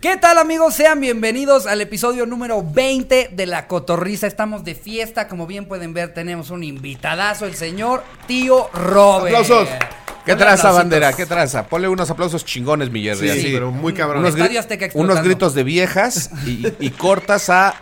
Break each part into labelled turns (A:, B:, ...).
A: ¿Qué tal amigos? Sean bienvenidos al episodio número 20 de La Cotorriza. Estamos de fiesta, como bien pueden ver tenemos un invitadazo, el señor Tío Robert.
B: Aplausos. ¿Qué
A: Ponle
B: traza,
A: aplausitos.
B: bandera? ¿Qué traza? Ponle unos aplausos chingones, mi Jerry.
C: Sí,
B: así.
C: pero muy cabrón.
B: unos, gri-
A: Estadio Azteca explotando.
B: unos gritos de viejas y, y cortas a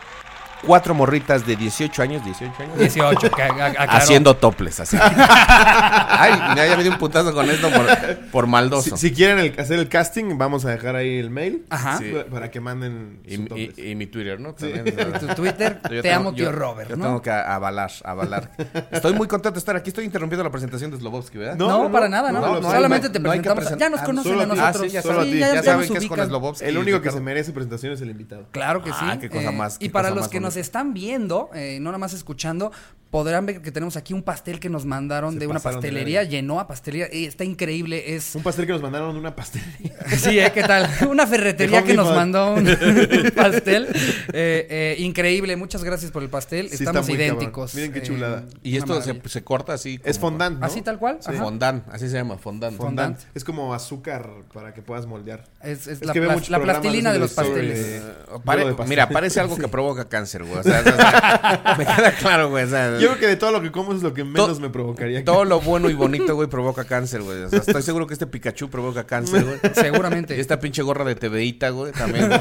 B: cuatro morritas de 18 años, 18 años.
A: 18, que a- a- aclaró.
B: Haciendo toples, así. Ay, mira, ya me di un putazo con esto por, por
C: si,
B: maldoso.
C: si quieren el- hacer el casting, vamos a dejar ahí el mail
A: Ajá.
C: Sí. para que manden
B: Y,
C: sus
B: y-
C: topes.
B: y mi Twitter, ¿no?
C: Sí.
B: También, o sea,
A: Tu Twitter,
B: yo
A: te
B: tengo-
A: amo
B: yo-
A: tío Robert,
B: Yo
A: ¿no?
B: tengo que avalar, avalar. Estoy muy contento de estar aquí. Estoy interrumpiendo la presentación de Slobovsky, ¿verdad?
A: No, para nada, no.
C: no, no,
A: Solamente
B: no,
A: te
B: no hay que
A: presentamos.
B: presentar-
A: ya nos
B: ah,
A: conocen
C: solo
A: a
C: a ti.
A: nosotros.
C: Ah, sí,
B: ya
C: solo a
B: saben,
C: ti.
A: ya,
B: ya
A: ya
B: saben
A: nos
B: que es con
A: ubican.
B: Slobovsky.
C: el único que
B: Ricardo.
C: se merece presentación es el invitado.
A: Claro que
B: Ah,
A: sí. Eh,
B: qué cosa más,
A: y
B: qué
A: para
B: cosa
A: los
B: más
A: que nos
B: bonita.
A: están viendo, eh, no nada más escuchando, podrán ver que tenemos aquí un pastel que nos mandaron
C: Se
A: de una
C: pasaron de
A: pastelería,
C: verga.
A: llenó a pastelería. eh, está increíble, es...
C: Un pastel que nos mandaron de una pastelería.
A: Sí, ¿eh? ¿qué tal? Una ferretería
C: De
A: que nos
C: Omnipod.
A: mandó un un pastel. Eh, eh, increíble, muchas gracias por el pastel.
C: Sí, está
A: Estamos
C: muy cabrón.
A: idénticos.
C: Miren qué
A: Eh,
C: chulada.
B: Y
A: una
B: esto se,
A: maravilla.
B: se corta así.
C: Es
B: como-
C: fondant, ¿no?
A: ¿Así tal cual?
B: Sí.
A: Ajá.
B: Fondant, así se llama, fondant.
A: Fondant.
C: Es como azúcar para que puedas moldear.
A: Es, es
C: Es
A: la,
C: que veo
A: plas-
C: muchos
A: la
C: programas
A: plastilina de
C: de
A: los
C: sobre-
A: pasteles.
B: Eh,
C: Yo
B: pare-
C: lo de pastel.
B: mira, parece algo que provoca cáncer, güey. O sea, o sea, me queda claro, güey. o sea,
C: Yo creo que de todo lo que como es lo que menos
B: Eh. To-
C: me provocaría.
B: todo lo bueno y bonito, güey, provoca cáncer, güey. O sea, estoy seguro que este Pikachu provoca cáncer, güey. Y
A: Seguramente.
B: esta pinche gorra de TVita, güey, también. güey.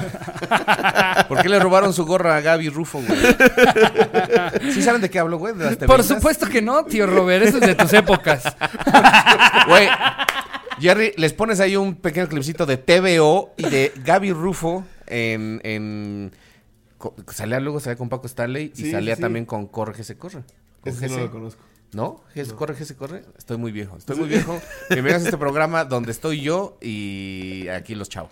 B: ¿Por qué le robaron su gorra a Gaby Rufo, güey? ¿Sí saben de qué hablo, güey? De las TVitas.
A: Por supuesto que no, tío Robert, eso es de tus épocas.
B: Güey, Jerry, les pones ahí un pequeño clipcito de TVO y de Gaby Rufo en... en- co- salía luego, salía con Paco Stanley y
C: Sí,
B: salía
C: sí.
B: también con Corre que se corre. Con
C: Ese sí no
B: GC.
C: lo conozco.
B: ¿No? ¿Es corre, que se corre? Estoy muy viejo. Estoy muy viejo. Bienvenidos a este programa donde estoy yo y aquí los chavos.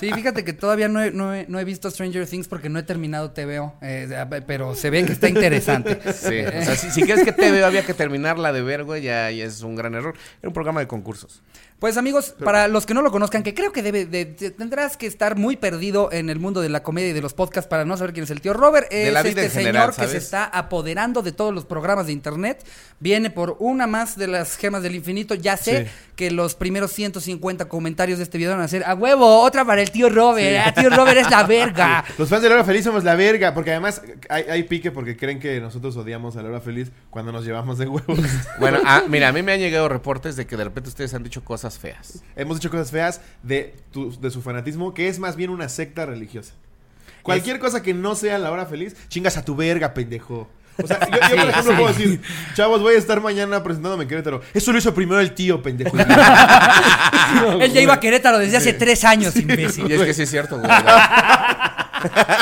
A: Sí, fíjate que todavía no he, no he- no he visto Stranger Things porque no he terminado TVO, eh, pero se ve que está interesante.
B: Sí. O sea, si, si crees que te veo, había que terminarla de ver, güey, ya, ya es un gran error. Era un programa de concursos.
A: Pues amigos, para los que no lo conozcan, que creo que debe de- te- tendrás que estar muy perdido en el mundo de la comedia y de los podcasts para no saber quién es el tío Robert, es
B: De la vida
A: este
B: en general,
A: señor que se
B: ¿sabes?
A: está apoderando de todos los programas de internet, viene por una más de las gemas del infinito, ya sé
C: Sí.
A: que los primeros 150 comentarios de este video van a ser a huevo, otra para el tío Robert, ah, tío Robert es la verga.
C: Los fans de La Hora Feliz somos la verga, porque además hay, hay pique porque creen que nosotros odiamos a La Hora Feliz cuando nos llevamos de huevos.
B: Bueno, ah, mira, a mí me han llegado reportes de que de repente ustedes han dicho cosas feas.
C: Hemos hecho cosas feas de, tu- de su fanatismo, que es más bien una secta religiosa. Cualquier cosa que no sea la hora feliz, chingas a tu verga, pendejo. O sea, yo, yo, por ejemplo puedo decir, chavos, voy a estar mañana presentándome en Querétaro. Eso lo hizo primero el tío, pendejo.
A: Él ya iba a Querétaro desde hace tres años, imbécil.
B: Y es que sí es cierto, güey. ¿verdad?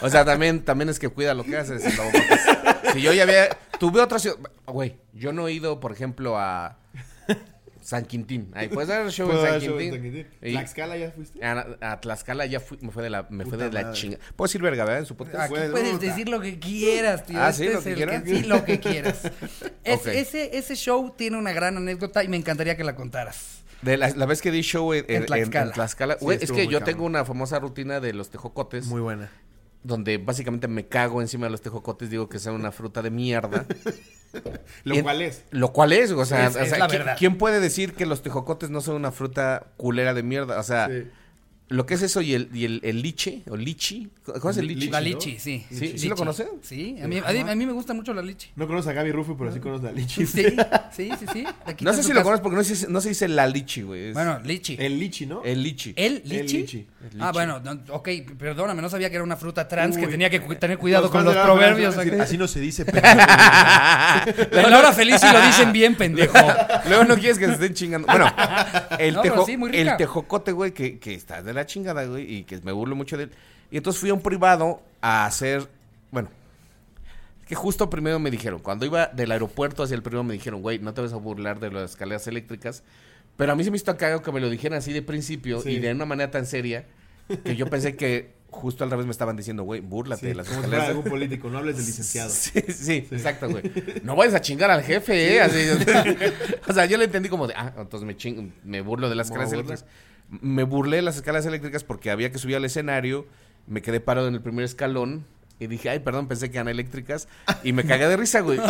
B: o sea, también, también es que cuida lo que haces. lobo, porque Si yo ya había... Tuve otra ciudad... Güey, yo no he ido, por ejemplo, a... San Quintín. Ahí puedes dar show en
C: Puedo
B: San
C: dar show en
B: Quintín.
C: San Quintín.
B: Y-
C: ¿Tlaxcala ya fuiste?
B: a, a Tlaxcala ya fui- me fue de la, me fue
C: Puta
B: de la
C: madre.
B: chinga. Puedo decir verga, ¿verdad? En su podcast.
C: Ah,
A: Aquí
C: Pues,
A: puedes
C: puta.
A: decir lo que quieras, tío.
B: Ah,
A: Este
B: ¿sí? ¿Lo
A: es
B: que
A: el
B: quieras?
A: sí, lo que quieras. Es-
B: Ok.
A: ese, ese show tiene una gran anécdota y me encantaría que la contaras.
B: De la, la vez que di show en, en- en- en Tlaxcala.
A: Tlaxcala.
C: Sí,
B: Güey, es
C: estuvo
B: que
C: muy
B: yo
C: cabrón.
B: tengo una famosa rutina de los tejocotes.
C: Muy buena.
B: Donde básicamente me cago encima de los tejocotes, digo que sea una fruta de mierda.
C: Lo
B: En-
C: cual es.
B: Lo cual es, o sea,
A: Es-
B: o
A: es
B: sea,
A: la
B: ¿quién,
A: verdad.
B: quién puede decir que los tejocotes no son una fruta culera de mierda? O sea,
C: Sí.
B: lo que es eso y el, y el, el liche, o lichi. ¿Cómo es el lichi?
A: La
C: ¿no?
A: lichi, sí.
B: ¿Sí? ¿Sí lo conocen?
A: Sí, a mí, a, mí, a mí me gusta mucho la lichi.
C: No conoces a Gaby Rufo, pero sí conoces a Lichi.
A: Sí, sí, sí, sí. Aquí
B: No
A: está
B: sé
A: en
B: si
A: su
B: lo
A: casa.
B: conoces porque no se, dice- no se dice la lichi, güey. es
A: Bueno, lichi. ¿El,
C: El Lichi, ¿no?
B: el lichi.
A: lichi?
C: lichi.
A: Ah, bueno, no, ok, perdóname, no sabía que era una fruta trans que
C: Uy.
A: tenía que cu- tener cuidado
C: Los
A: con
C: fans
A: los
C: de La Hora Feliz
A: proverbios.
C: van a decir, Así no se dice, pendejo.
A: La hora feliz y lo dicen bien, pendejo.
B: Luego no quieres que se estén chingando. Bueno, el,
A: No, pero
B: tejo-
A: sí, muy rica.
B: el tejocote, güey, que, que está de la chingada, güey, y que me burlo mucho de él. Y entonces fui a un privado a hacer, bueno, que justo primero me dijeron, cuando iba del aeropuerto hacia el privado me dijeron, güey, no te vas a burlar de las escaleras eléctricas. Pero a mí se me hizo cagado que me lo dijeran así de principio
C: Sí.
B: y de una manera tan seria que yo pensé que justo al revés me estaban diciendo, güey, búrlate
C: Sí,
B: de
C: como
B: las
C: si fuera
B: escaleras.
C: algún político, no hables del licenciado.
B: Sí, sí, exacto, güey. No vayas a chingar al jefe, ¿eh? Así, o, sea, o sea, yo le entendí como de, ah, entonces me, ching- me burlo de las
C: Me voy a
B: escalas eléctricas. Me burlé de las escalas eléctricas porque había que subir al escenario, me quedé parado en el primer escalón y dije, ay, perdón, pensé que eran eléctricas y me cagué de risa, güey.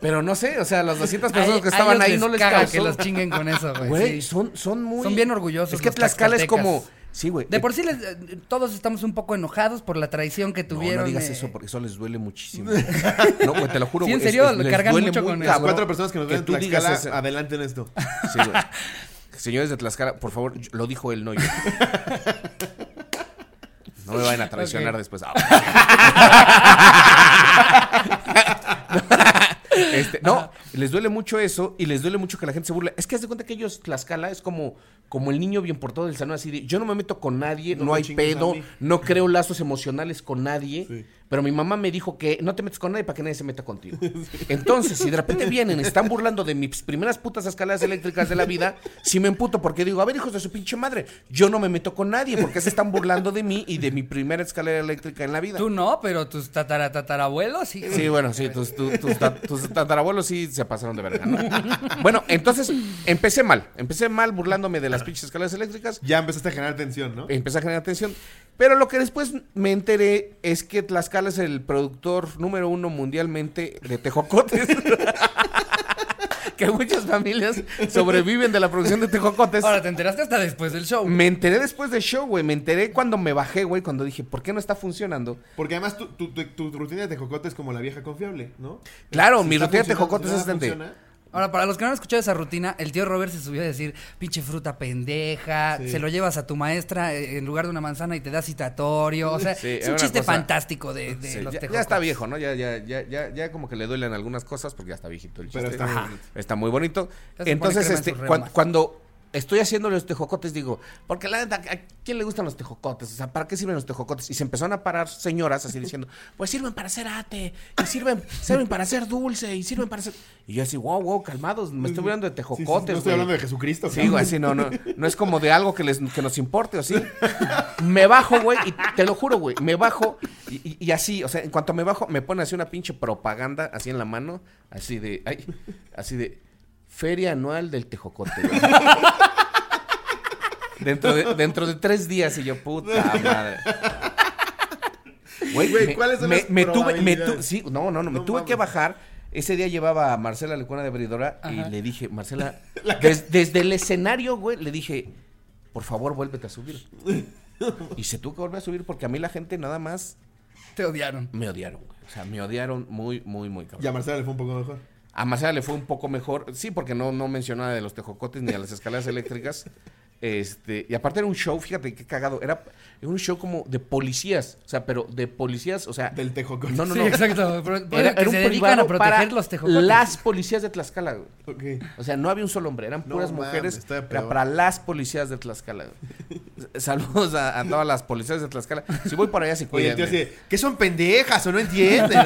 B: Pero no sé, o sea, las 200 personas
A: A-
B: que
A: a
B: estaban
A: ellos
B: ahí no les
A: caga
B: causó.
A: que los chinguen con eso, güey.
B: Güey,
A: sí.
B: son, son muy...
A: Son bien orgullosos
B: Es que
A: los
B: Tlaxcala es
A: tlaxcaltecas.
B: como... Sí, güey.
A: De
B: Eh,
A: por sí les- eh, todos estamos un poco enojados por la traición que
B: no,
A: tuvieron.
B: No digas
A: eh,
B: eso porque eso les duele muchísimo. no, güey, te lo juro,
A: Sí, en
B: güey, es-
A: serio,
B: es- les
A: cargan
B: duele
A: mucho
B: muy
A: con eso.
C: Las
B: cabrón
C: cuatro personas que nos ven en
B: tú digas
C: Tlaxcala,
B: eso.
C: adelante en esto.
B: Sí, güey. Señores de Tlaxcala, por favor, yo- lo dijo él, no yo. No me vayan a traicionar
A: Ok.
B: después. Ah. Este, no, les duele mucho eso y les duele mucho que la gente se burle. Es que haz de cuenta que ellos, Tlaxcala, es como, como el niño bien portado del salón, así de, yo no me meto con nadie,
C: No
B: no,
C: me
B: hay
C: chingues a
B: pedo,
C: mí".
B: no creo lazos emocionales con nadie,
C: Sí.
B: pero mi mamá me dijo que no te metes con nadie para que nadie se meta contigo. Entonces, si de repente vienen, están burlando de mis primeras putas escaleras eléctricas de la vida, si me emputo porque digo, a ver, hijos de su pinche madre, yo no me meto con nadie porque se están burlando de mí y de mi primera escalera eléctrica en la vida.
A: Tú no, pero tus tatara, tatarabuelos sí.
B: Sí, bueno, sí, tus, tu- tus ta- tus tatarabuelos sí se pasaron de verga, ¿no? Bueno, entonces empecé mal. Empecé mal burlándome de las pinches escaleras eléctricas.
C: Ya empezaste a generar tensión, ¿no?
B: Empecé a generar tensión. Pero lo que después me enteré es que Tlaxcala es el productor número uno mundialmente de tejocotes. que muchas familias sobreviven de la producción de tejocotes.
A: Ahora, te enteraste hasta después del show.
B: Me enteré después del show, güey. Me enteré cuando me bajé, güey. Cuando dije, ¿por qué no está funcionando?
C: Porque además tu, tu, tu- tu rutina de tejocote es como la vieja confiable, ¿no?
B: Claro,
C: Si
B: mi
C: está
B: rutina de
C: funcionando,
B: tejocotes
C: si
B: es
C: nada
B: de-
C: funciona,
A: Ahora, para los que no han escuchado esa rutina, el tío Robert se subió a decir, pinche fruta pendeja,
C: Sí.
A: se lo llevas a tu maestra eh, en lugar de una manzana y te da citatorio. O sea,
B: Sí,
A: es
B: era
A: un
B: una
A: chiste
B: cosa-
A: fantástico de, de
B: Sí,
A: los
B: ya, ya
A: tejocotes.
B: está viejo, ¿no? Ya, ya, ya, ya, ya como que le duelen algunas cosas porque ya está viejito el chiste.
C: Pero está muy bonito.
B: Está muy bonito.
A: Ya se
B: Entonces,
A: pone crema en
B: este,
A: sus
B: cuan-
A: reumas.
B: cuando, estoy haciendo los tejocotes, digo, porque la neta, ¿a quién le gustan los tejocotes? O sea, ¿para qué sirven los tejocotes? Y se empezaron a parar señoras así diciendo, pues sirven para hacer ate, y sirven, sirven para hacer dulce, y sirven para hacer. Y yo así, wow, wow, calmados, me estoy hablando de
C: Sí, sí,
B: tejocotes.
C: no estoy
B: güey.
C: hablando de Jesucristo.
B: Sí,
C: cabrón.
B: güey, sí, no, no, no es como de algo que, les, que nos importe, ¿o sí? Me bajo, güey, y te lo juro, güey, me bajo y, y- y así, o sea, en cuanto me bajo, me ponen así una pinche propaganda, así en la mano, así de, ay, así de, feria anual del tejocote, güey. Dentro de, dentro de tres días, y yo, puta madre. Güey,
C: Güey,
B: me-
C: ¿cuáles son
B: me,
C: las
B: me tuve, me tu-
C: probabilidades?
B: sí, no, no, no, me
C: No
B: tuve que
C: mames.
B: bajar. Ese día llevaba a Marcela Lecuona de Bridora
A: Ajá.
B: y le dije, Marcela, des- desde el escenario, güey, le dije, por favor, vuélvete a subir. Y se tuvo que volver a subir porque a mí la gente nada más
A: Te odiaron.
B: me odiaron, güey. O sea, me odiaron muy, muy, muy cabrón.
C: Y a Marcela le fue un poco mejor.
B: A Marcela le fue un poco mejor, sí, porque no, no mencionó nada de los tejocotes ni a las escaleras eléctricas. Este, y aparte era un show, fíjate qué cagado, era, era un show como de policías, o sea, pero de policías, o sea,
C: Del tejocote.
B: No, no,
A: sí,
B: no.
A: exacto. pero- pero
B: Era,
A: que
B: era un
A: se dedican a
B: privado para
A: proteger los tejocotes.
B: las policías de Tlaxcala, güey.
C: Ok.
B: O sea, no había un solo hombre, eran
C: No
B: puras
C: mames,
B: mujeres.
C: está peor.
B: Era para las policías de Tlaxcala. güey. S- Saludos a, a todas las policías de Tlaxcala. Si voy para allá, se
C: Oye,
B: cuidan.
C: el tío así
B: güey.
C: de, ¿qué son pendejas o no entienden?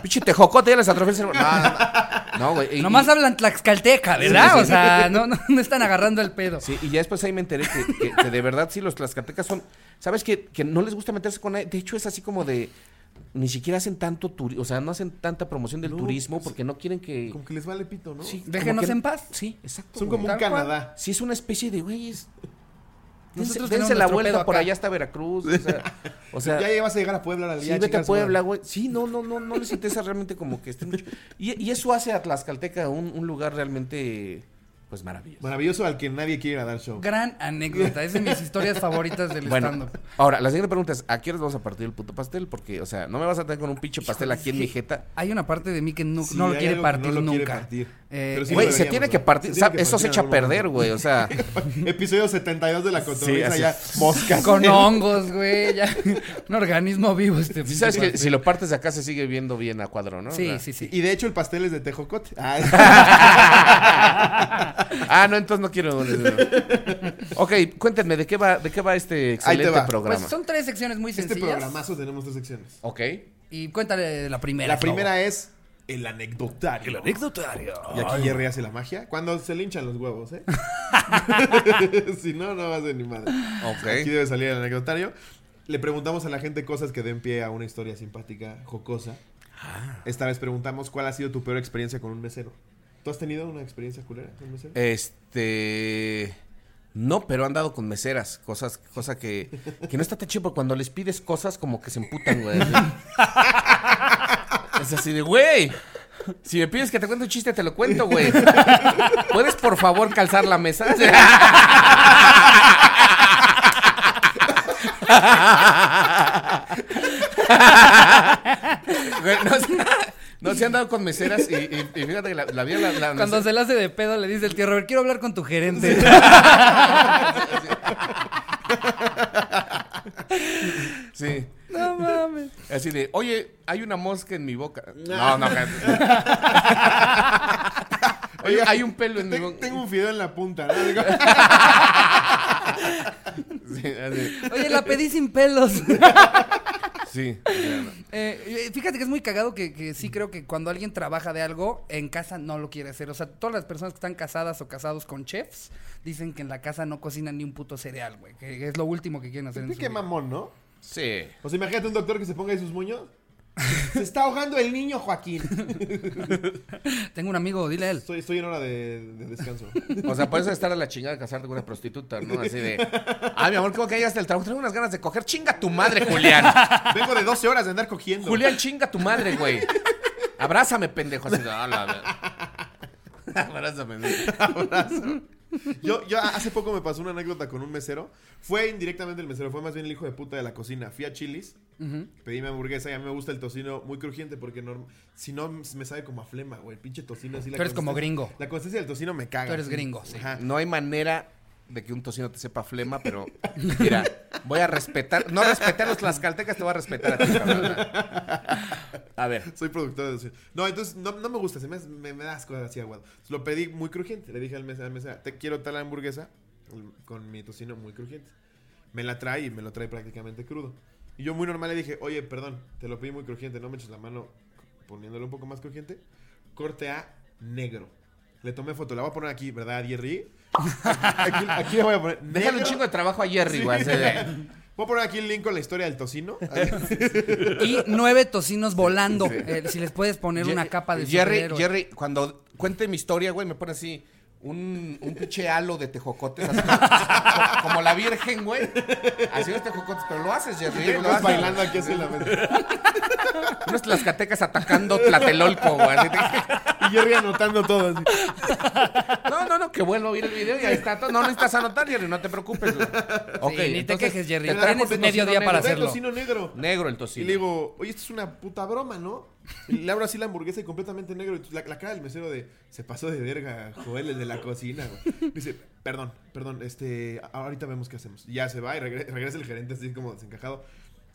B: Pinche tejocote, ya les atrofié el cerebro. No, no, no. No, güey. y-
A: Nomás
B: y-
A: hablan tlaxcalteca, ¿verdad?
B: Sí, sí,
A: O sea, no, no, no están agarrando el pedo.
B: Sí, y ya después ahí me enteré que, que- que de verdad sí, los tlaxcaltecas son. ¿Sabes que, que no les gusta meterse con nadie? De hecho, es así como de. Ni siquiera hacen tanto turismo. O sea, no hacen tanta promoción del
C: No,
B: turismo porque no quieren que.
C: como que les vale pito, ¿no?
B: sí, como
A: Déjenos
B: que-
A: en paz.
B: Sí, exacto.
C: Son
B: güey.
C: como un
A: Tal cual.
C: Canadá.
B: Sí, es una especie de güeyes. Dense,
A: Nosotros
B: dense
A: tenemos
B: la
A: nuestro pedo
B: vuelta por
A: acá.
B: allá hasta Veracruz. O sea, o sea,
C: ya vas a llegar a Puebla. ahora
B: sí,
C: ya,
B: vete
C: chingar
B: a
C: su madre.
B: Puebla, güey. Sí, no, no, no, no les interesa realmente como que estén mucho. Y, y eso hace a Tlaxcalteca un, un lugar realmente, pues maravilloso.
C: Maravilloso al que nadie quiere ir a dar show.
A: Gran anécdota. Es de mis historias favoritas del
B: Bueno,
A: stand-up.
B: ahora, la siguiente pregunta es, ¿a qué horas vamos a partir el puto pastel? Porque, o sea, no me vas a tener con un pinche pastel aquí en mi jeta.
A: Hay una parte de mí que nu- no,
C: Sí,
A: lo
C: hay
A: quiere
C: algo que no
A: partir
C: lo
A: nunca.
C: quiere partir.
A: Eh,
C: Pero Pues sí
B: Güey,
C: lo
B: se
C: deberíamos,
B: tiene que
C: ¿no?
B: partir,
C: Se tiene
B: ¿sabes?
C: que
B: eso se
C: partir en
B: echa a
C: algún
B: perder, güey, o sea...
C: Episodio 72 de la cotorriza
B: así.
C: ya. Moscas.
A: Con hongos, güey, ya. Un organismo vivo este
B: Sí,
A: pinche
B: ¿Sabes que
A: cuate.
B: si lo partes de acá se sigue viendo bien a cuadro, no? O
A: Sí,
B: sea,
A: sí, sí.
C: Y de hecho el pastel es de tejocote. Ah,
B: Ah, no, entonces no quiero. ok, cuéntenme, ¿de qué va, de qué va este excelente
C: va.
B: programa?
A: Pues son tres secciones muy
C: este
A: sencillas.
C: programazo tenemos tres secciones.
B: Ok.
A: Y cuéntale la primera.
C: La primera es el anecdotario.
A: El anecdotario.
C: Y aquí Jerry hace la magia. Cuando se le hinchan los huevos, ¿eh? si no, no va a ser ni madre.
B: Ok.
C: Aquí debe salir el anecdotario. Le preguntamos a la gente cosas que den pie a una historia simpática, jocosa.
A: Ah.
C: Esta vez preguntamos cuál ha sido tu peor experiencia con un mesero. ¿Tú has tenido una experiencia culera con un
A: Eh,
C: mesero?
B: Este. No, pero han dado con meseras, cosas, cosa que, que no está tan chido, porque cuando les pides cosas como que se emputan, güey. es así de, güey, Si me pides que te cuente un chiste, te lo cuento, güey. ¿Puedes, por favor, calzar la mesa? Güey, no, se- no se han dado con meseras y, y- y fíjate que la, la vi en la, la
A: Cuando se la hace de pedo, le dice el tío Robert, quiero hablar con tu gerente.
B: Sí.
A: no mames.
B: Así de, oye, hay una mosca en mi boca. No, no. que- Oye, hay un pelo en mi
C: Ten-
B: boca.
C: Tengo un fideo en la punta, ¿no? Digo,
B: Sí, así,
A: Oye, la pedí sin pelos.
B: sí. o sea, no.
A: Eh, eh, fíjate que es muy cagado que, que sí creo que cuando alguien trabaja de algo, en casa no lo quiere hacer. O sea, todas las personas que están casadas o casados con chefs dicen que en la casa no cocinan ni un puto cereal, güey. Que es lo último que quieren hacer en su
C: Qué
A: vida.
C: mamón, ¿no?
B: Sí.
C: O sea, imagínate un doctor que se ponga ahí sus moños. Se está ahogando el niño, Joaquín.
A: Tengo un amigo, dile a él.
C: Estoy, estoy en hora de, de descanso.
B: O sea, por eso estar a la chingada casarte con una prostituta, ¿no? Así de, ay, mi amor, ¿cómo que llegaste del trabajo? Tengo unas ganas de coger. Chinga tu madre, Julián.
C: Vengo de 12 horas de andar cogiendo.
B: Julián, chinga tu madre, güey. Abrázame, pendejo. Así de, "A la ver-". Abrázame.
C: Yo, yo hace poco me pasó una anécdota con un mesero. Fue indirectamente el mesero, fue más bien el hijo de puta de la cocina. Fui a Chili's, pedí mi hamburguesa y a mí me gusta el tocino muy crujiente porque norm- si no me sabe como a flema, güey. Pinche tocino así. la
A: Tú eres como
C: consistencia-
A: gringo.
C: La consistencia del tocino me caga.
A: Tú eres gringo, sí.
C: Ajá.
B: No hay manera de que un tocino te sepa flema, pero mira, voy a respetar. No respetar a los tlaxcaltecas, te voy a respetar a ti, cabrón. A ver.
C: Soy productor de tocino. No, entonces no, no me gusta, se me, hace- me, me da asco así aguado. Lo pedí muy crujiente. Le dije al mesero, al mesero, te quiero tal hamburguesa con mi tocino muy crujiente. Me la trae y me lo trae prácticamente crudo. Y yo muy normal le dije, oye, perdón, te lo pedí muy crujiente, no me eches la mano poniéndolo un poco más crujiente. Corte A negro. Le tomé foto, la voy a poner aquí, ¿verdad, Jerry? Aquí, aquí la voy a poner.
B: Déjale un
C: negro.
B: chingo de trabajo a Jerry,
C: Sí.
B: güey. así de-
C: Voy a poner aquí el link con la historia del tocino.
A: Y nueve tocinos volando. Eh, si les puedes poner una
B: Ye-
A: capa de
B: Jerry,
A: superhéroe.
B: Jerry, cuando cuente mi historia, güey, me pone así un, un pinche halo de tejocotes, así como, como la virgen, güey. Así los tejocotes, pero lo haces, Jerry. Lo
C: Estás
B: haces.
C: bailando aquí así en la mesa.
B: Unos tlaxcatecas atacando Tlatelolco, güey. así de-
C: Y Jerry anotando todo así.
B: No, no, no, que vuelvo a oír el video y ahí está todo. No necesitas anotar, Jerry, no te preocupes. güey. Ok,
A: ni te
B: entonces,
A: quejes, Jerry,
B: te trajo
A: tienes
B: tu
A: medio día
B: tocino
A: para
B: negro.
A: hacerlo.
C: tocino negro.
B: Negro el
C: Y
B: tocino.
C: le digo, oye, esto es una puta broma, ¿no? Y le abro así la hamburguesa y completamente negro. Y la, la cara del mesero de, se pasó de verga, Joel, el de la cocina, güey. Dice, perdón, perdón, este, a- ahorita vemos qué hacemos. Ya se va y regre- regresa el gerente así como desencajado.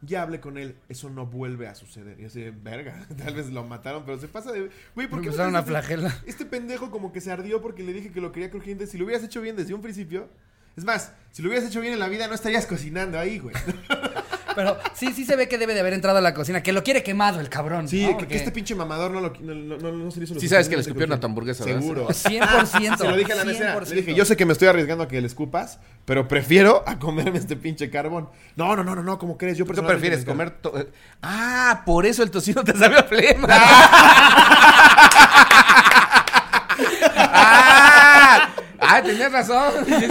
C: Ya hablé con él, eso no vuelve a suceder. Y yo así, verga, tal vez lo mataron, pero se pasa de... Güey, ¿por
A: Me
C: qué no
A: empezaron a
C: dices-
A: flagela.
C: Este pendejo como que se ardió porque le dije que lo quería crujiente. Si lo hubieras hecho bien desde un principio... Es más, si lo hubieras hecho bien en la vida, no estarías cocinando ahí, güey.
A: Pero sí, sí se ve que debe de haber entrado a la cocina. Que lo quiere quemado el cabrón.
C: Sí,
A: ¿no?
C: que- que,
A: Porque
C: este pinche mamador no, lo, no, no- no- no se le hizo lo
B: Sí sabes que le
C: suficientemente
B: escupieron a tu
C: consciente.
B: hamburguesa, ¿verdad?
C: Seguro.
A: 100%.
C: Se lo dije a la mesera. Le
A: 100%.
C: dije, yo sé que me estoy arriesgando a que le escupas, pero prefiero a comerme este pinche carbón. No, no, no, no, no, ¿cómo crees? Yo
B: ¿Tú qué
C: personalmente
B: prefieres
C: me encargo.
B: comer? to- eh, Ah, por eso el tocino te sabe a flema. ah, ah, tenías razón.
C: Ya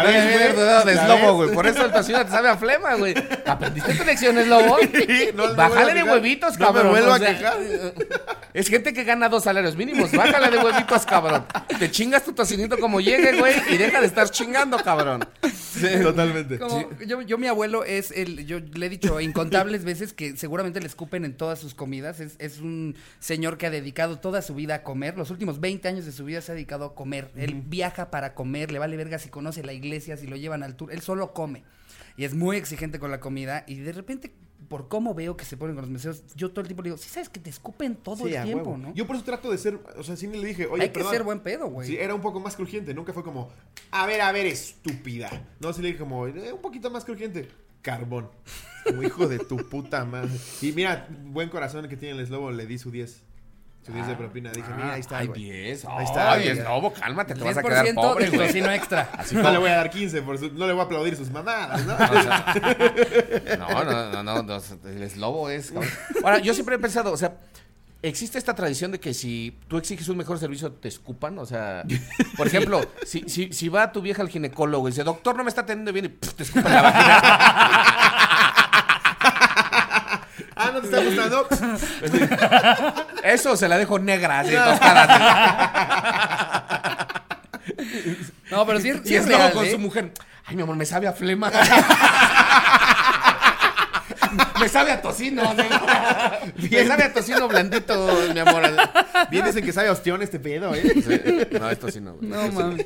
B: No me
C: ves,
B: había
C: güey.
B: acordado de
C: Ya
B: Slobo,
C: ves.
B: güey. Por eso el tocino te sabe a flema, güey. Aprendiste tu lección, Slobo.
C: no me vuelvo
B: Bájale de
C: a quejar.
B: huevitos,
C: No me
B: cabrón.
C: vuelvo
B: o
C: a
B: sea,
C: quejar.
B: Es gente que gana dos salarios mínimos. Bájale de huevitos, cabrón. Te chingas tu tocinito como llegue, güey. Y deja de estar chingando, cabrón.
C: Totalmente.
A: Como- yo, yo mi abuelo es el, yo le he dicho incontables veces que seguramente le escupen en todas sus comidas. Es, es un señor que ha dedicado toda su vida a comer. Los últimos 20 años de su vida se ha dedicado a comer. Él viaja para comer, le vale verga si conoce la iglesia, si lo llevan al tour. Él solo come. Y es muy exigente con la comida. Y de repente, por cómo veo que se ponen con los meseros, yo todo el tiempo le digo, sí sabes que te escupen todo
C: Sí,
A: el
C: a
A: tiempo,
C: huevo.
A: ¿no?
C: Yo por eso trato de ser, o sea, sí le dije, oye,
A: Hay que
C: perdón.
A: ser buen pedo, güey.
C: Sí, era un poco más crujiente, nunca fue como, a ver, a ver, estúpida. No, sí le dije como, "Eh, un poquito más crujiente. Carbón. Como hijo de tu puta madre. Y mira, buen corazón que tiene el eslobo, le di su 10. Su
A: Ah.
C: 10 de propina. Dije, mira, ahí está.
B: Ay,
C: güey.
B: 10.
C: Ahí
B: Ahí
C: está,
B: está.
C: güey.
B: 10. No, cálmate, te vas a quedar
A: 10%
B: pobre,
A: del
B: güey.
A: tocino extra.
C: No le voy a dar 15, por su- no le voy a aplaudir sus mamadas, ¿no?
B: O sea, no, no, no, no, no, el eslobo es. cabrón. Ahora, yo siempre he pensado, o sea, existe esta tradición de que si tú exiges un mejor servicio, te escupan. O sea, por ejemplo, si, si, si va tu vieja al ginecólogo y dice, doctor, no me está atendiendo bien, y pff, te escupan la vagina.
C: Ah, no ¿no te está gustando?
B: Eso se la dejo negra, así, tostada.
A: No, pero sí, es- sí
B: Y
A: es
B: estaba
A: real,
B: con
A: ¿eh?
B: su mujer. Ay, mi amor, me sabe a flema. me sabe a tocino. o sea, me sabe a tocino blandito, mi amor.
C: Vienes en que sabe a ostión este pedo, ¿eh?
B: Sí, No, esto sí no. güey.
A: No, mames.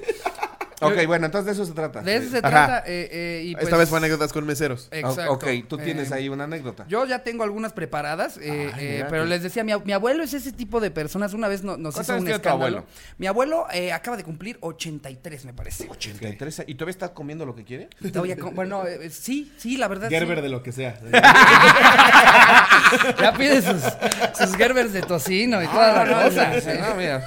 B: Ok, bueno, entonces de eso se trata.
A: De eso se
C: Ajá.
A: trata. eh, eh, y pues-
C: Esta vez fue anécdotas con meseros.
A: Exacto.
B: Ok, tú tienes
A: Eh,
B: ahí una anécdota.
A: Yo ya tengo algunas preparadas, eh,
B: Ay,
A: eh,
B: mira,
A: pero
B: qué-
A: les decía, mi, ab- mi abuelo es ese tipo de personas. Una vez no- nos
B: ¿Cuántos
A: hizo
B: años
A: un
B: tiene tu
A: escándalo.
B: abuelo?
A: Mi abuelo eh, acaba de cumplir 83, me parece.
B: 83 ¿Y todavía está comiendo lo que quiere?
A: Todavía con- bueno, eh, sí, sí, la verdad. sí.
C: Gerber de lo que sea.
A: Ya pide sus, sus Gerbers de tocino y toda la cosa.
B: sí, Ah, no, mira.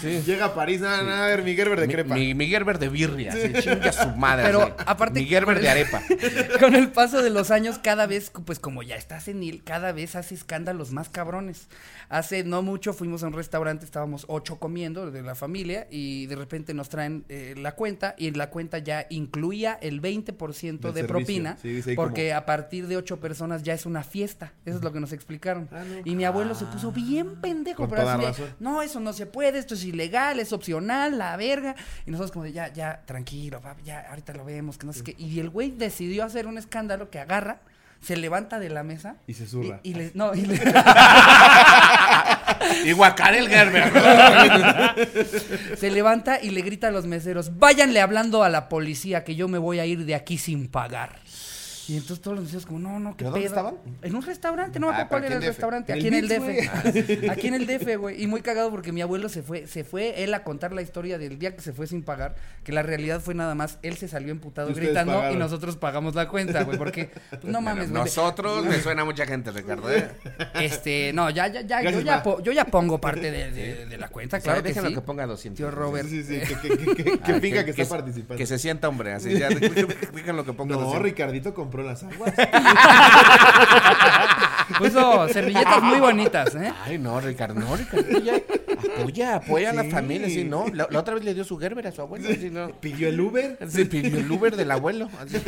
B: Sí.
C: Llega a París, nada, nada, a ver, mi Gerber de
B: Mi,
C: crepa.
B: mi- mi Gerber de birria, sí, chinga su madre.
A: Pero,
B: sí.
A: aparte-
B: Mi Gerber de arepa.
A: Con el paso de los años, cada vez, pues como ya está senil, cada vez hace escándalos más cabrones. Hace no mucho fuimos a un restaurante, estábamos ocho comiendo de la familia y de repente nos traen eh, la cuenta y la cuenta ya incluía el 20% de
C: Del servicio,
A: propina
C: sí, dice ahí
A: porque
C: como-
A: a partir de ocho personas ya es una fiesta. Eso es lo que nos explicaron.
C: Ah, no.
A: Y mi abuelo se puso bien pendejo,
C: Con
A: pero
C: toda
A: así de,
C: razón.
A: no, eso no se puede, esto es ilegal, es opcional, la verga. Y nosotros como de, ya, ya, tranquilo, papi, ya, ahorita lo vemos, que no sé qué. Y el güey decidió hacer un escándalo que agarra, se levanta de la mesa.
C: Y se zurra.
A: Y, y le, no, y le,
B: Y guacar el Gerber.
A: se levanta y le grita a los meseros, váyanle hablando a la policía que yo me voy a ir de aquí sin pagar. Y entonces todos los meseros como, no, no, qué
B: ¿Pero dónde
A: pedo.
B: estaban?
A: En un restaurante, no me
B: Ah,
A: acuerdo
B: pero
A: cuál era el
B: aquí en DF.
A: restaurante,
C: En
A: aquí
C: el
A: en el
C: Mix,
A: DF. Aquí en el DF, güey. Y muy cagado porque mi abuelo se fue, se fue él a contar la historia del día que se fue sin pagar, que la realidad fue nada más, él se salió emputado
C: Y ustedes
A: gritando y
C: pagaron.
A: nosotros pagamos la cuenta, güey, porque pues, no mames, güey.
B: Nosotros me suena mucha gente, Ricardo. ¿eh?
A: Este, no, ya, ya, ya, yo
C: Gracias,
A: ya,
C: ma.
A: po- yo ya pongo parte de, de- de la cuenta,
B: Claro
A: claro que sí.
B: que ponga 200.
A: Tío Robert.
C: Sí, sí, sí, que, que, que, que, que
B: Ah,
C: pinga que, está
B: se-
C: participando.
B: Que se sienta hombre, así. Ya, déjenlo que ponga
C: no,
B: 200.
C: Ricardito compró las aguas.
A: Puso servilletas muy bonitas, ¿eh?
B: Ay, no, Ricardo, no, Ricardo, ya, apoya, apoya a la
C: Sí.
B: familia, sí, no, la, la otra vez le dio su Gerber a su abuelo, sí, no.
C: Pidió el Uber.
B: Se pidió el Uber del abuelo. así.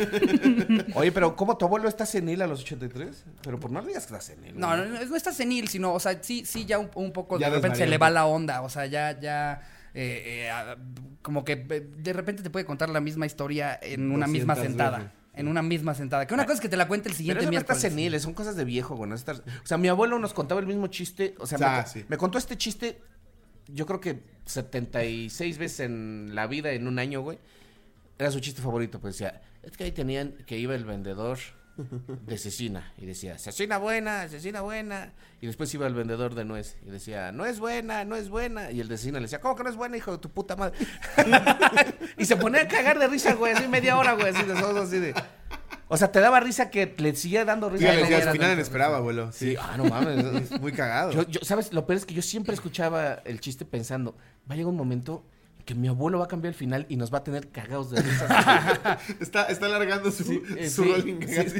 B: Oye, pero ¿cómo tu abuelo está senil a los 83? Pero por no le digas que está senil.
A: No, no, no, no está senil, sino, o sea, sí, sí, ya un, un poco
C: Ya
A: de repente se
C: desvariante.
A: le va la onda, o sea, ya, ya, eh, eh, ah, como que eh, de repente te puede contar la misma historia en una misma
C: 200
A: sentada.
C: veces.
A: En una misma sentada.
C: Ah,
A: Que una cosa es que te la cuente el
B: Pero
A: siguiente
B: eso no está
A: miércoles.
B: senil, son cosas de viejo, güey. no está- O sea, mi abuelo nos contaba el mismo chiste, o sea,
C: Ah,
B: me,
C: sí.
B: me contó este chiste, yo creo que 76 veces en la vida, en un año, güey. Era su chiste favorito, pues decía, es que ahí tenían que iba el vendedor de cecina y decía, cecina buena, cecina buena. Y después iba el vendedor de nuez y decía, no es buena, no es buena. Y el de cecina le decía, ¿cómo que no es buena, hijo de tu puta madre? y se ponía a cagar de risa, güey, así media hora, güey, así de nosotros, así de... O sea, te daba risa que le seguía dando
C: Sí,
B: risa.
C: le decía,
B: Era-
C: al final esperaba, abuelo. Sí.
B: Sí, ah, no mames.
C: Muy cagado.
B: Yo, yo- ¿Sabes? Lo peor es que yo siempre escuchaba el chiste pensando, va a llegar un momento que mi abuelo va a cambiar el final y nos va a tener cagados de risa.
C: Está, está alargando su,
B: eh,
C: su
B: sí,
C: rolling gag,
B: sí.
C: así.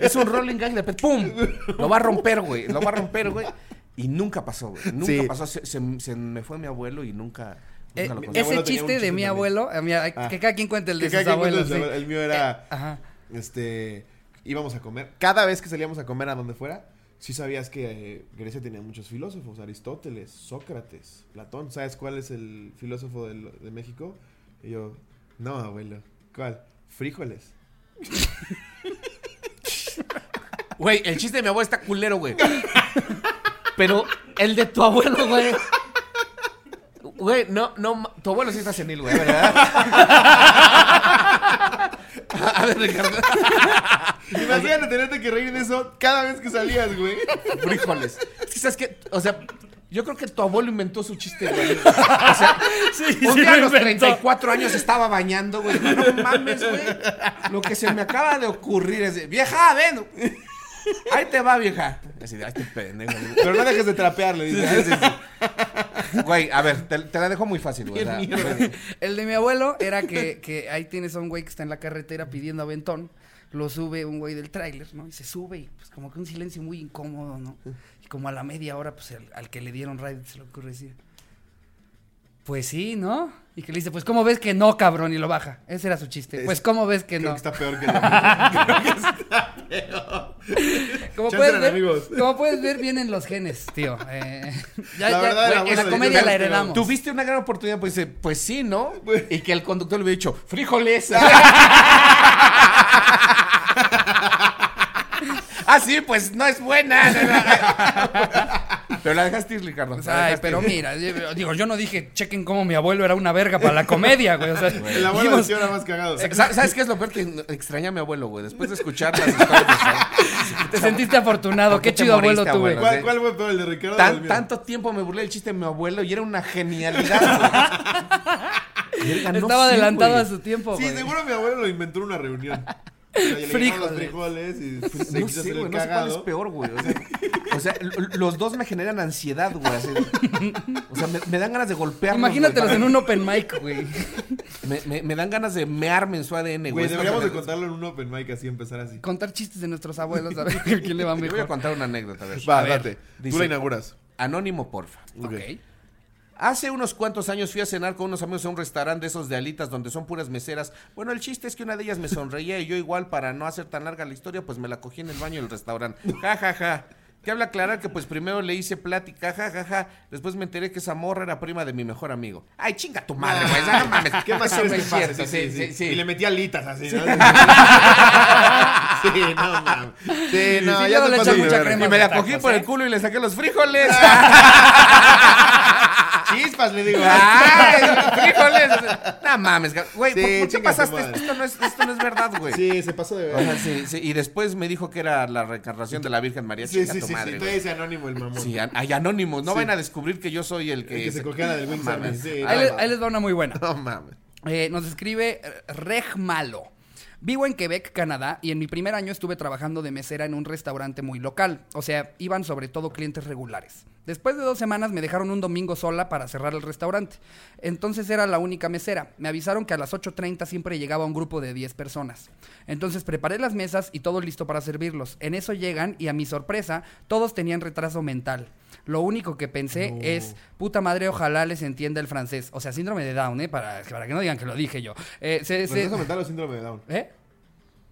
B: es un rolling gag de repente, ¡pum! Lo va a romper, güey. Lo va a romper, güey. Y nunca pasó, güey. Nunca
C: Sí.
B: pasó. Se, se- se me fue mi abuelo y nunca, nunca
A: Eh,
B: lo
C: mi-
B: conseguí.
A: ese
C: abuelo tenía un
A: chiste de
C: chiste
A: mi
C: también.
A: abuelo, a mí- a-
C: Ah.
A: que cada quien cuente el de
C: Que
A: sus
C: cada quien cuenta
A: abuelos.
C: el-
A: sí. Eh,
C: El mío era.
A: Ajá.
C: Este. Íbamos a comer. Cada vez que salíamos a comer a donde fuera, sí sabías que eh, Grecia tenía muchos filósofos: Aristóteles, Sócrates, Platón. ¿Sabes cuál es el filósofo del- de, México? Y yo, no, abuelo. ¿Cuál? Frijoles.
B: Güey, el chiste de mi abuelo está culero, güey. Pero el de tu abuelo, güey. Güey, no, no, ma- tu abuelo sí está senil, güey, ¿verdad? A ver, Ricardo.
C: Imagínate tenerte que reír de eso cada vez que salías, güey.
B: Frijoles. Es que, ¿sabes qué? O sea, yo creo que tu abuelo inventó su chiste, güey. O sea, un
A: sí
B: día
A: lo
B: a los
A: inventó.
B: 34 años estaba bañando, güey. No mames, güey. Lo que se me acaba de ocurrir es de, vieja, ven. Ahí te va, vieja. Así de, ay, este pendejo. güey.
C: Pero no dejes de trapear, le dices.
B: Güey, a ver, te, te la dejo muy fácil, güey. o sea,
A: El de mi abuelo era que, que ahí tienes a un güey que está en la carretera pidiendo aventón. Lo sube un güey del tráiler, ¿no? Y se sube y pues como que un silencio muy incómodo, ¿no? Y como a la media hora, pues el- al que le dieron ride se le ocurre decir. pues sí, ¿no? Y que le dice, pues ¿cómo ves que no, cabrón? Y lo baja. Ese era su chiste.
C: Es-
A: Pues ¿cómo ves que no?
C: Creo que está peor que el amigo. Creo que está peor.
A: Como
C: Chance
A: puedes,
C: eran
A: ver,
C: amigos.
A: como puedes ver, vienen los genes, tío. Eh, ya,
C: La
A: ya,
C: verdad,
A: güey,
C: la
A: en
C: bolsa
A: la
C: de
A: comedia la
C: dinero.
A: heredamos.
B: Tuviste una gran oportunidad, pues, eh, pues sí, ¿no? Y que el conductor le hubiera dicho, frijoles. ah, sí, pues no es buena. Pero la dejaste ir, Ricardo.
A: Pues,
B: La
A: ay,
B: dejaste
A: pero
B: ir.
A: mira, yo- digo, yo no dije, chequen cómo mi abuelo era una verga para la comedia, güey. O sea,
C: El abuelo
A: dijimos,
C: de era más cagado.
B: Sa- sa- ¿Sabes qué es lo peor que extraña a mi abuelo, güey? Después de escuchar las historias de Saúl,
A: te sentiste afortunado,
B: ¿Por
A: qué
B: qué te
A: chido abuelo
B: moriste,
A: tuve.
B: abuelo?
C: ¿Cuál, cuál fue peor, el de Ricardo? o el
B: tan-
C: mío?
B: tanto tiempo me burlé del chiste de mi abuelo y era una genialidad. güey. Verga, no
A: Estaba
B: sé,
A: adelantado
B: güey.
A: a su tiempo,
C: Sí,
A: güey.
C: seguro mi abuelo lo inventó en una reunión. O sea, le llegaron los frijoles y pues, se
B: No sé,
C: quiso hacer
B: güey, no sé
C: el
B: cuál es
C: cagado.
B: peor, güey. O sea, o sea, l- los dos me generan ansiedad, güey. así. o sea, me, me dan ganas de golpearlos.
A: Imagínatelos
B: güey.
A: en un open mic, güey.
B: Me, me- me dan ganas de mearme en su ADN, güey.
C: Güey,
B: Es
C: deberíamos de
B: cuando-
C: contarlo en un open mic así, empezar así.
A: Contar chistes de nuestros abuelos, a ver a quién le va
B: Te voy a
A: mejor.
B: contar una anécdota, a ver.
C: Va,
B: A ver,
C: date. Tú
B: dice,
C: la inauguras.
B: Anónimo, porfa.
A: Ok.
B: Hace unos cuantos años fui a cenar con unos amigos a un restaurante de esos de alitas donde son puras meseras. Bueno, el chiste es que una de ellas me sonreía y yo igual para no hacer tan larga la historia, pues me la cogí en el baño del restaurante. Ja, ja, ja. Que habla aclarar que pues primero le hice plática, ja, ja, ja. Después me enteré que esa morra era prima de mi mejor amigo. Ay, chinga tu madre, güey. ya no mames.
C: ¿Qué más
B: Eso
C: quieres
B: no
C: que
B: es cierto,
C: pase? Sí, sí, sí. Y le metí alitas así, ¿no? Sí, no, mames. Sí, no,
A: Sí,
C: ya
A: yo no
C: te
A: le
C: pasas
A: echo
C: de
A: mucha
C: verga.
A: crema.
B: Y me la
A: Tacos,
B: cogí por
A: ¿eh?
B: el culo y le saqué los frijoles.
C: Chispas, le digo.
B: ¡Ay! ¡Frijoles! No mames, ga- güey.
C: Sí,
B: ¿por- ¿por, qué
C: chinga tu
B: pasaste?
C: madre.
B: Esto no, es, esto no es verdad, güey.
C: Sí, se pasó de
B: O sea,
C: verdad.
B: sí, sí, Y después me dijo que era la reencarnación de la Virgen María.
C: Sí,
B: Chinga
C: sí,
B: tu
C: sí,
B: madre,
C: sí.
B: güey.
C: Todavía es anónimo el mamón.
B: Sí, an- hay anónimos. No
C: Sí.
B: van a descubrir que yo soy el que.
C: El que se cogió a la del Wings Army,
B: mames.
A: Ahí,
C: sí. no,
A: les,
C: no.
A: ahí les va una muy buena.
C: No mames.
A: Eh, nos escribe eh, Reg Malo. Vivo en Quebec, Canadá, y en mi primer año estuve trabajando de mesera en un restaurante muy local. O sea, iban sobre todo clientes regulares. Después de dos semanas me dejaron un domingo sola para cerrar el restaurante. Entonces era la única mesera. Me avisaron que a las 8.30 siempre llegaba un grupo de 10 personas. Entonces preparé las mesas y todo listo para servirlos. En eso llegan y a mi sorpresa, todos tenían retraso mental. Lo único que pensé es, puta madre, ojalá les entienda el francés. O sea, síndrome de Down, ¿eh? Para, para que no digan que lo dije yo. Eh, se- se-
C: ¿Retraso mental o síndrome de Down?
A: ¿Eh?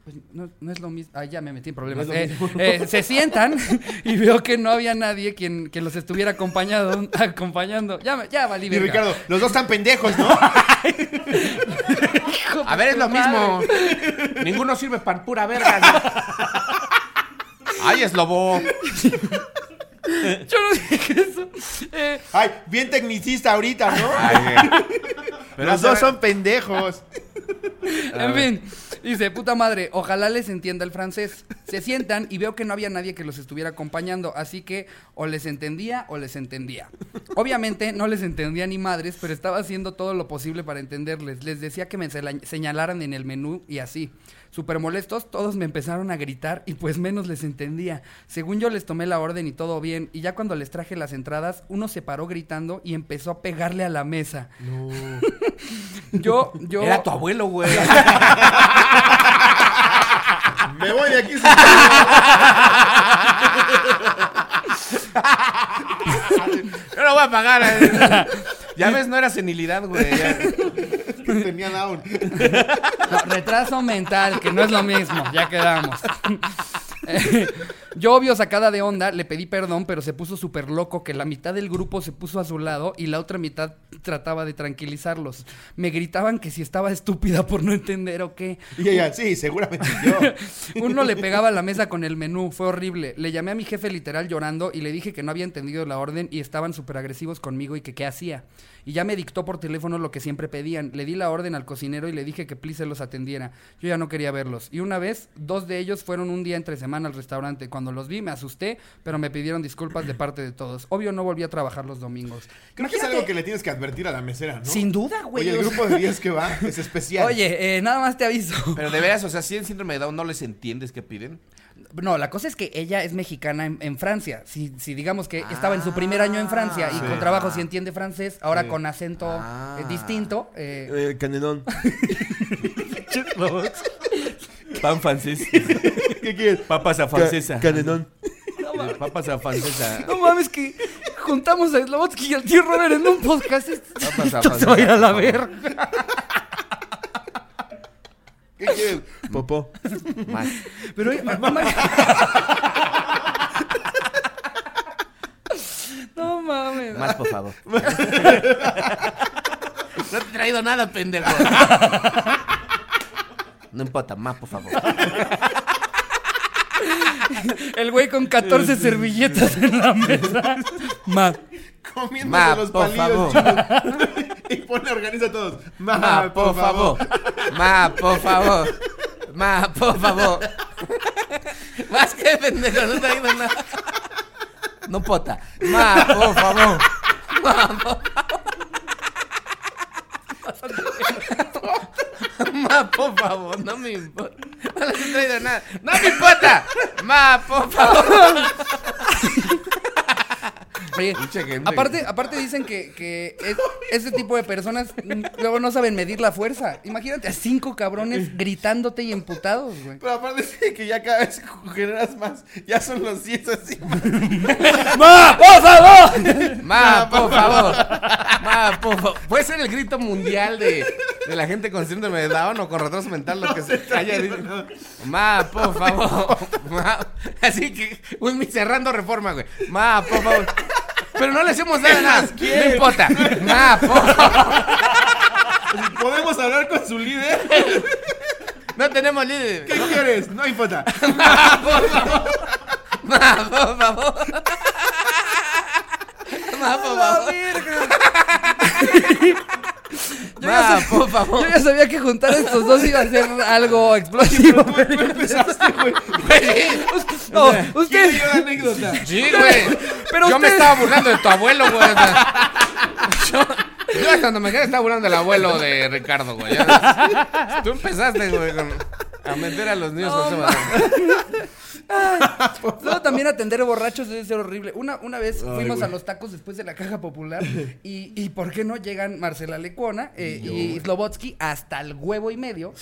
A: Pues no, no es lo mismo. Ah, ya me metí en problemas.
C: No es lo
A: Eh, eh, se sientan y veo que no había nadie quien, que los estuviera acompañado, acompañando. Ya, me- ya valí
C: Y
A: verga.
C: Ricardo, los dos están pendejos, ¿no?
A: Hijo de
B: A ver, es
A: tu
C: pues,
B: lo
A: madre.
B: mismo. Ninguno sirve para pura verga. güey. Ay, es lobo.
A: Yo no dije eso. Eh,
C: Ay, bien tecnicista ahorita, ¿no?
B: Pero
C: Los
B: a
C: dos
B: ver-
C: son pendejos.
A: en fin, dice, puta madre, ojalá les entienda el francés. Se sientan y veo que no había nadie que los estuviera acompañando, así que o les entendía o les entendía. Obviamente no les entendía ni madres, pero estaba haciendo todo lo posible para entenderles. Les decía que me sela- señalaran en el menú y así. Súper molestos, todos me empezaron a gritar y pues menos les entendía. Según yo les tomé la orden y todo bien, y ya cuando les traje las entradas, uno se paró gritando y empezó a pegarle a la mesa. Yo, yo...
B: Era tu abuelo, güey.
C: Me voy de aquí sin Ay,
B: Yo lo voy a pagar. eh. Ya ves, no era senilidad, güey. Ya-
C: que Tenía Down.
A: No, retraso mental, que no es lo mismo, ya quedamos. Eh, Yo, obvio, sacada de onda, le pedí perdón, pero se puso súper loco que la mitad del grupo se puso a su lado y la otra mitad trataba de tranquilizarlos. Me gritaban que si estaba estúpida por no entender o qué.
C: Y ella, sí, seguramente yo.
A: Uno le pegaba a la mesa con el menú, fue horrible. Le llamé a mi jefe literal llorando y le dije que no había entendido la orden y estaban súper agresivos conmigo y que qué hacía. Y ya me dictó por teléfono lo que siempre pedían. Le di la orden al cocinero y le dije que please se los atendiera. Yo ya no quería verlos. Y una vez, dos de ellos fueron un día entre semana al restaurante. Cuando los vi me asusté, pero me pidieron disculpas de parte de todos. Obvio no volví a trabajar los domingos.
C: Creo que es algo que le tienes que advertir a la mesera, ¿no?
A: Sin duda, güey.
C: Oye,
A: o
C: el
A: sea-
C: grupo de 10 que va es especial.
A: Oye, eh, nada más te aviso.
B: Pero de veras, o sea, si en síndrome de Down no les entiendes qué piden.
A: No, la cosa es que ella es mexicana en, en Francia. Si, si digamos que estaba en su primer año en Francia y
B: Ah. Sí.
A: con trabajo si entiende francés, ahora
C: Sí.
A: con acento
B: Ah.
A: eh, distinto. eh,
D: canelón. Pan francés.
C: ¿qué quieres?
D: Papas a francesa.
C: Canelón.
D: Papas a francesa.
A: No mames que juntamos a Slobotsky y al tío Robert en un podcast. Es-
B: Papas a
A: Esto se va a ir a la verga.
C: ¿Qué quieres? Popó.
B: Más.
A: Pero oye, ma- ma- No mames.
B: Más, por favor. No te he traído nada, pendejo. No importa, más, por favor.
A: El güey con 14 servilletas en la mesa. Más.
C: Comiéndose
B: Ma,
C: los
B: por
C: palillos chinos. y pone, organiza a todos. Ma,
B: Ma, por favor. Ma, por favor. Ma, por favor. Más que pendejo, no te he traído nada. No importa. Ma, por favor. Ma, por favor, no me importa. No les he traído nada. ¡No me importa! Ma, por favor.
A: Oye,
B: Mucha gente.
A: aparte, aparte dicen que, que es- este tipo de personas mm, luego no saben medir la fuerza. Imagínate a cinco cabrones gritándote y emputados, güey.
C: Pero aparte sí, que ya cada vez generas más. Ya son los 10 así.
A: ¡Ma, por favor!
B: Ma, por favor. Ma, por favor. Puede ser el grito mundial de, de la gente con síndrome de Down o con retraso mental, lo que se
C: Ah,
B: haya dicho. Ma, por favor. Ma. Así que, un mi cerrando reforma, güey. Ma, por favor. Pero no le hacemos nada, nada. No importa. Ma, por favor.
C: Podemos hablar con su líder.
B: No tenemos líder.
C: ¿Qué quieres? No importa.
B: Ma, por favor. Ma, por favor. Ma, por favor.
A: Yo ya sabía que juntar estos dos iba a ser algo explosivo.
C: Tú, tú empezaste, güey.
A: No,
C: ¿Quién
A: usted.
C: leyó la anécdota?
B: Sí, güey.
A: Pero
B: yo me
A: usted-
B: estaba burlando de tu abuelo, güey. o sea, yo, yo hasta donde me quedé estaba burlando del abuelo de Ricardo, güey. ya. Tú empezaste, güey, con- a meter a los niños con ese balón.
A: Luego también atender borrachos debe ser horrible. Una, una vez fuimos a los tacos después de la caja popular y, y ¿por qué no llegan Marcela Lecuona eh, y Slobotsky hasta el huevo y medio?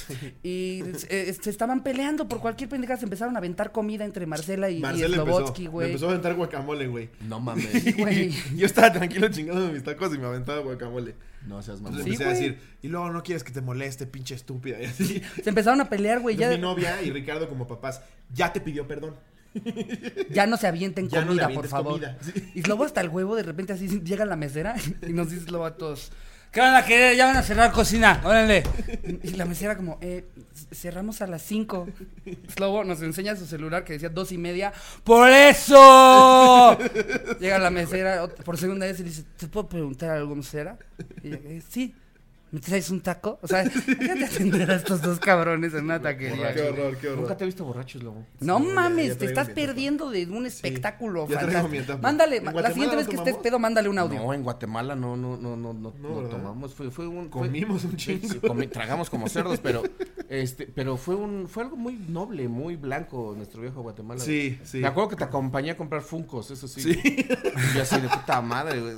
A: Y eh, se estaban peleando por cualquier pendeja. Se empezaron a aventar comida entre Marcela y, y
C: Marcel empezó.
A: Slobotsky,
C: me
A: güey.
C: empezó a aventar guacamole, güey.
B: No mames.
A: Güey.
C: Yo estaba tranquilo chingando mis tacos y me aventaba guacamole.
B: No seas
C: Entonces
A: Sí,
C: empecé a
A: güey.
C: decir, y luego no quieres que te moleste, pinche estúpida. Y así.
A: Se empezaron a pelear, güey.
C: Entonces,
A: Ya,
C: Mi novia y Ricardo como papás, ya te pidió perdón.
A: ya no se avienten
C: Ya no le
A: comida, por
C: avientes
A: favor.
C: comida, sí.
A: Y Slobo hasta el huevo, de repente así llega a la mesera y nos dice Slobo a todos. ¿Qué van a querer? Ya van a cerrar cocina, órale. Y la mesera como, eh, cerramos a las 5. Slobo nos enseña su celular que decía dos y media. ¡Por eso! Llega la mesera ot- por segunda vez y le dice, ¿te puedo preguntar algo, mesera? Y ella, "Eh, sí. ¿Me traes un taco? O sea, imagínate atender a estos dos cabrones en una taquería.
C: Qué horror, qué horror.
B: te he visto borrachos, lobo.
A: No
C: Sí, ya- ya
A: mames,
C: traigo
A: te estás
C: mi etapa.
A: perdiendo de un espectáculo
C: ya traigo mi
A: fantástico.
C: etapa.
A: Mándale,
C: ¿En
A: la
C: Guatemala
A: siguiente
C: no
A: vez que estés
C: tomamos?
A: pedo, mándale un audio.
B: No, en Guatemala no, no, no, no, no, no
C: ¿verdad?
B: tomamos. Fue, fue un. fue-
C: Comimos un chingo.
B: Sí, comi- tragamos como cerdos, pero este, pero fue un, fue algo muy noble, muy blanco nuestro viejo Guatemala.
C: Sí, sí.
B: Me acuerdo que te acompañé a comprar funcos, eso sí. Y yo así de puta madre, güey.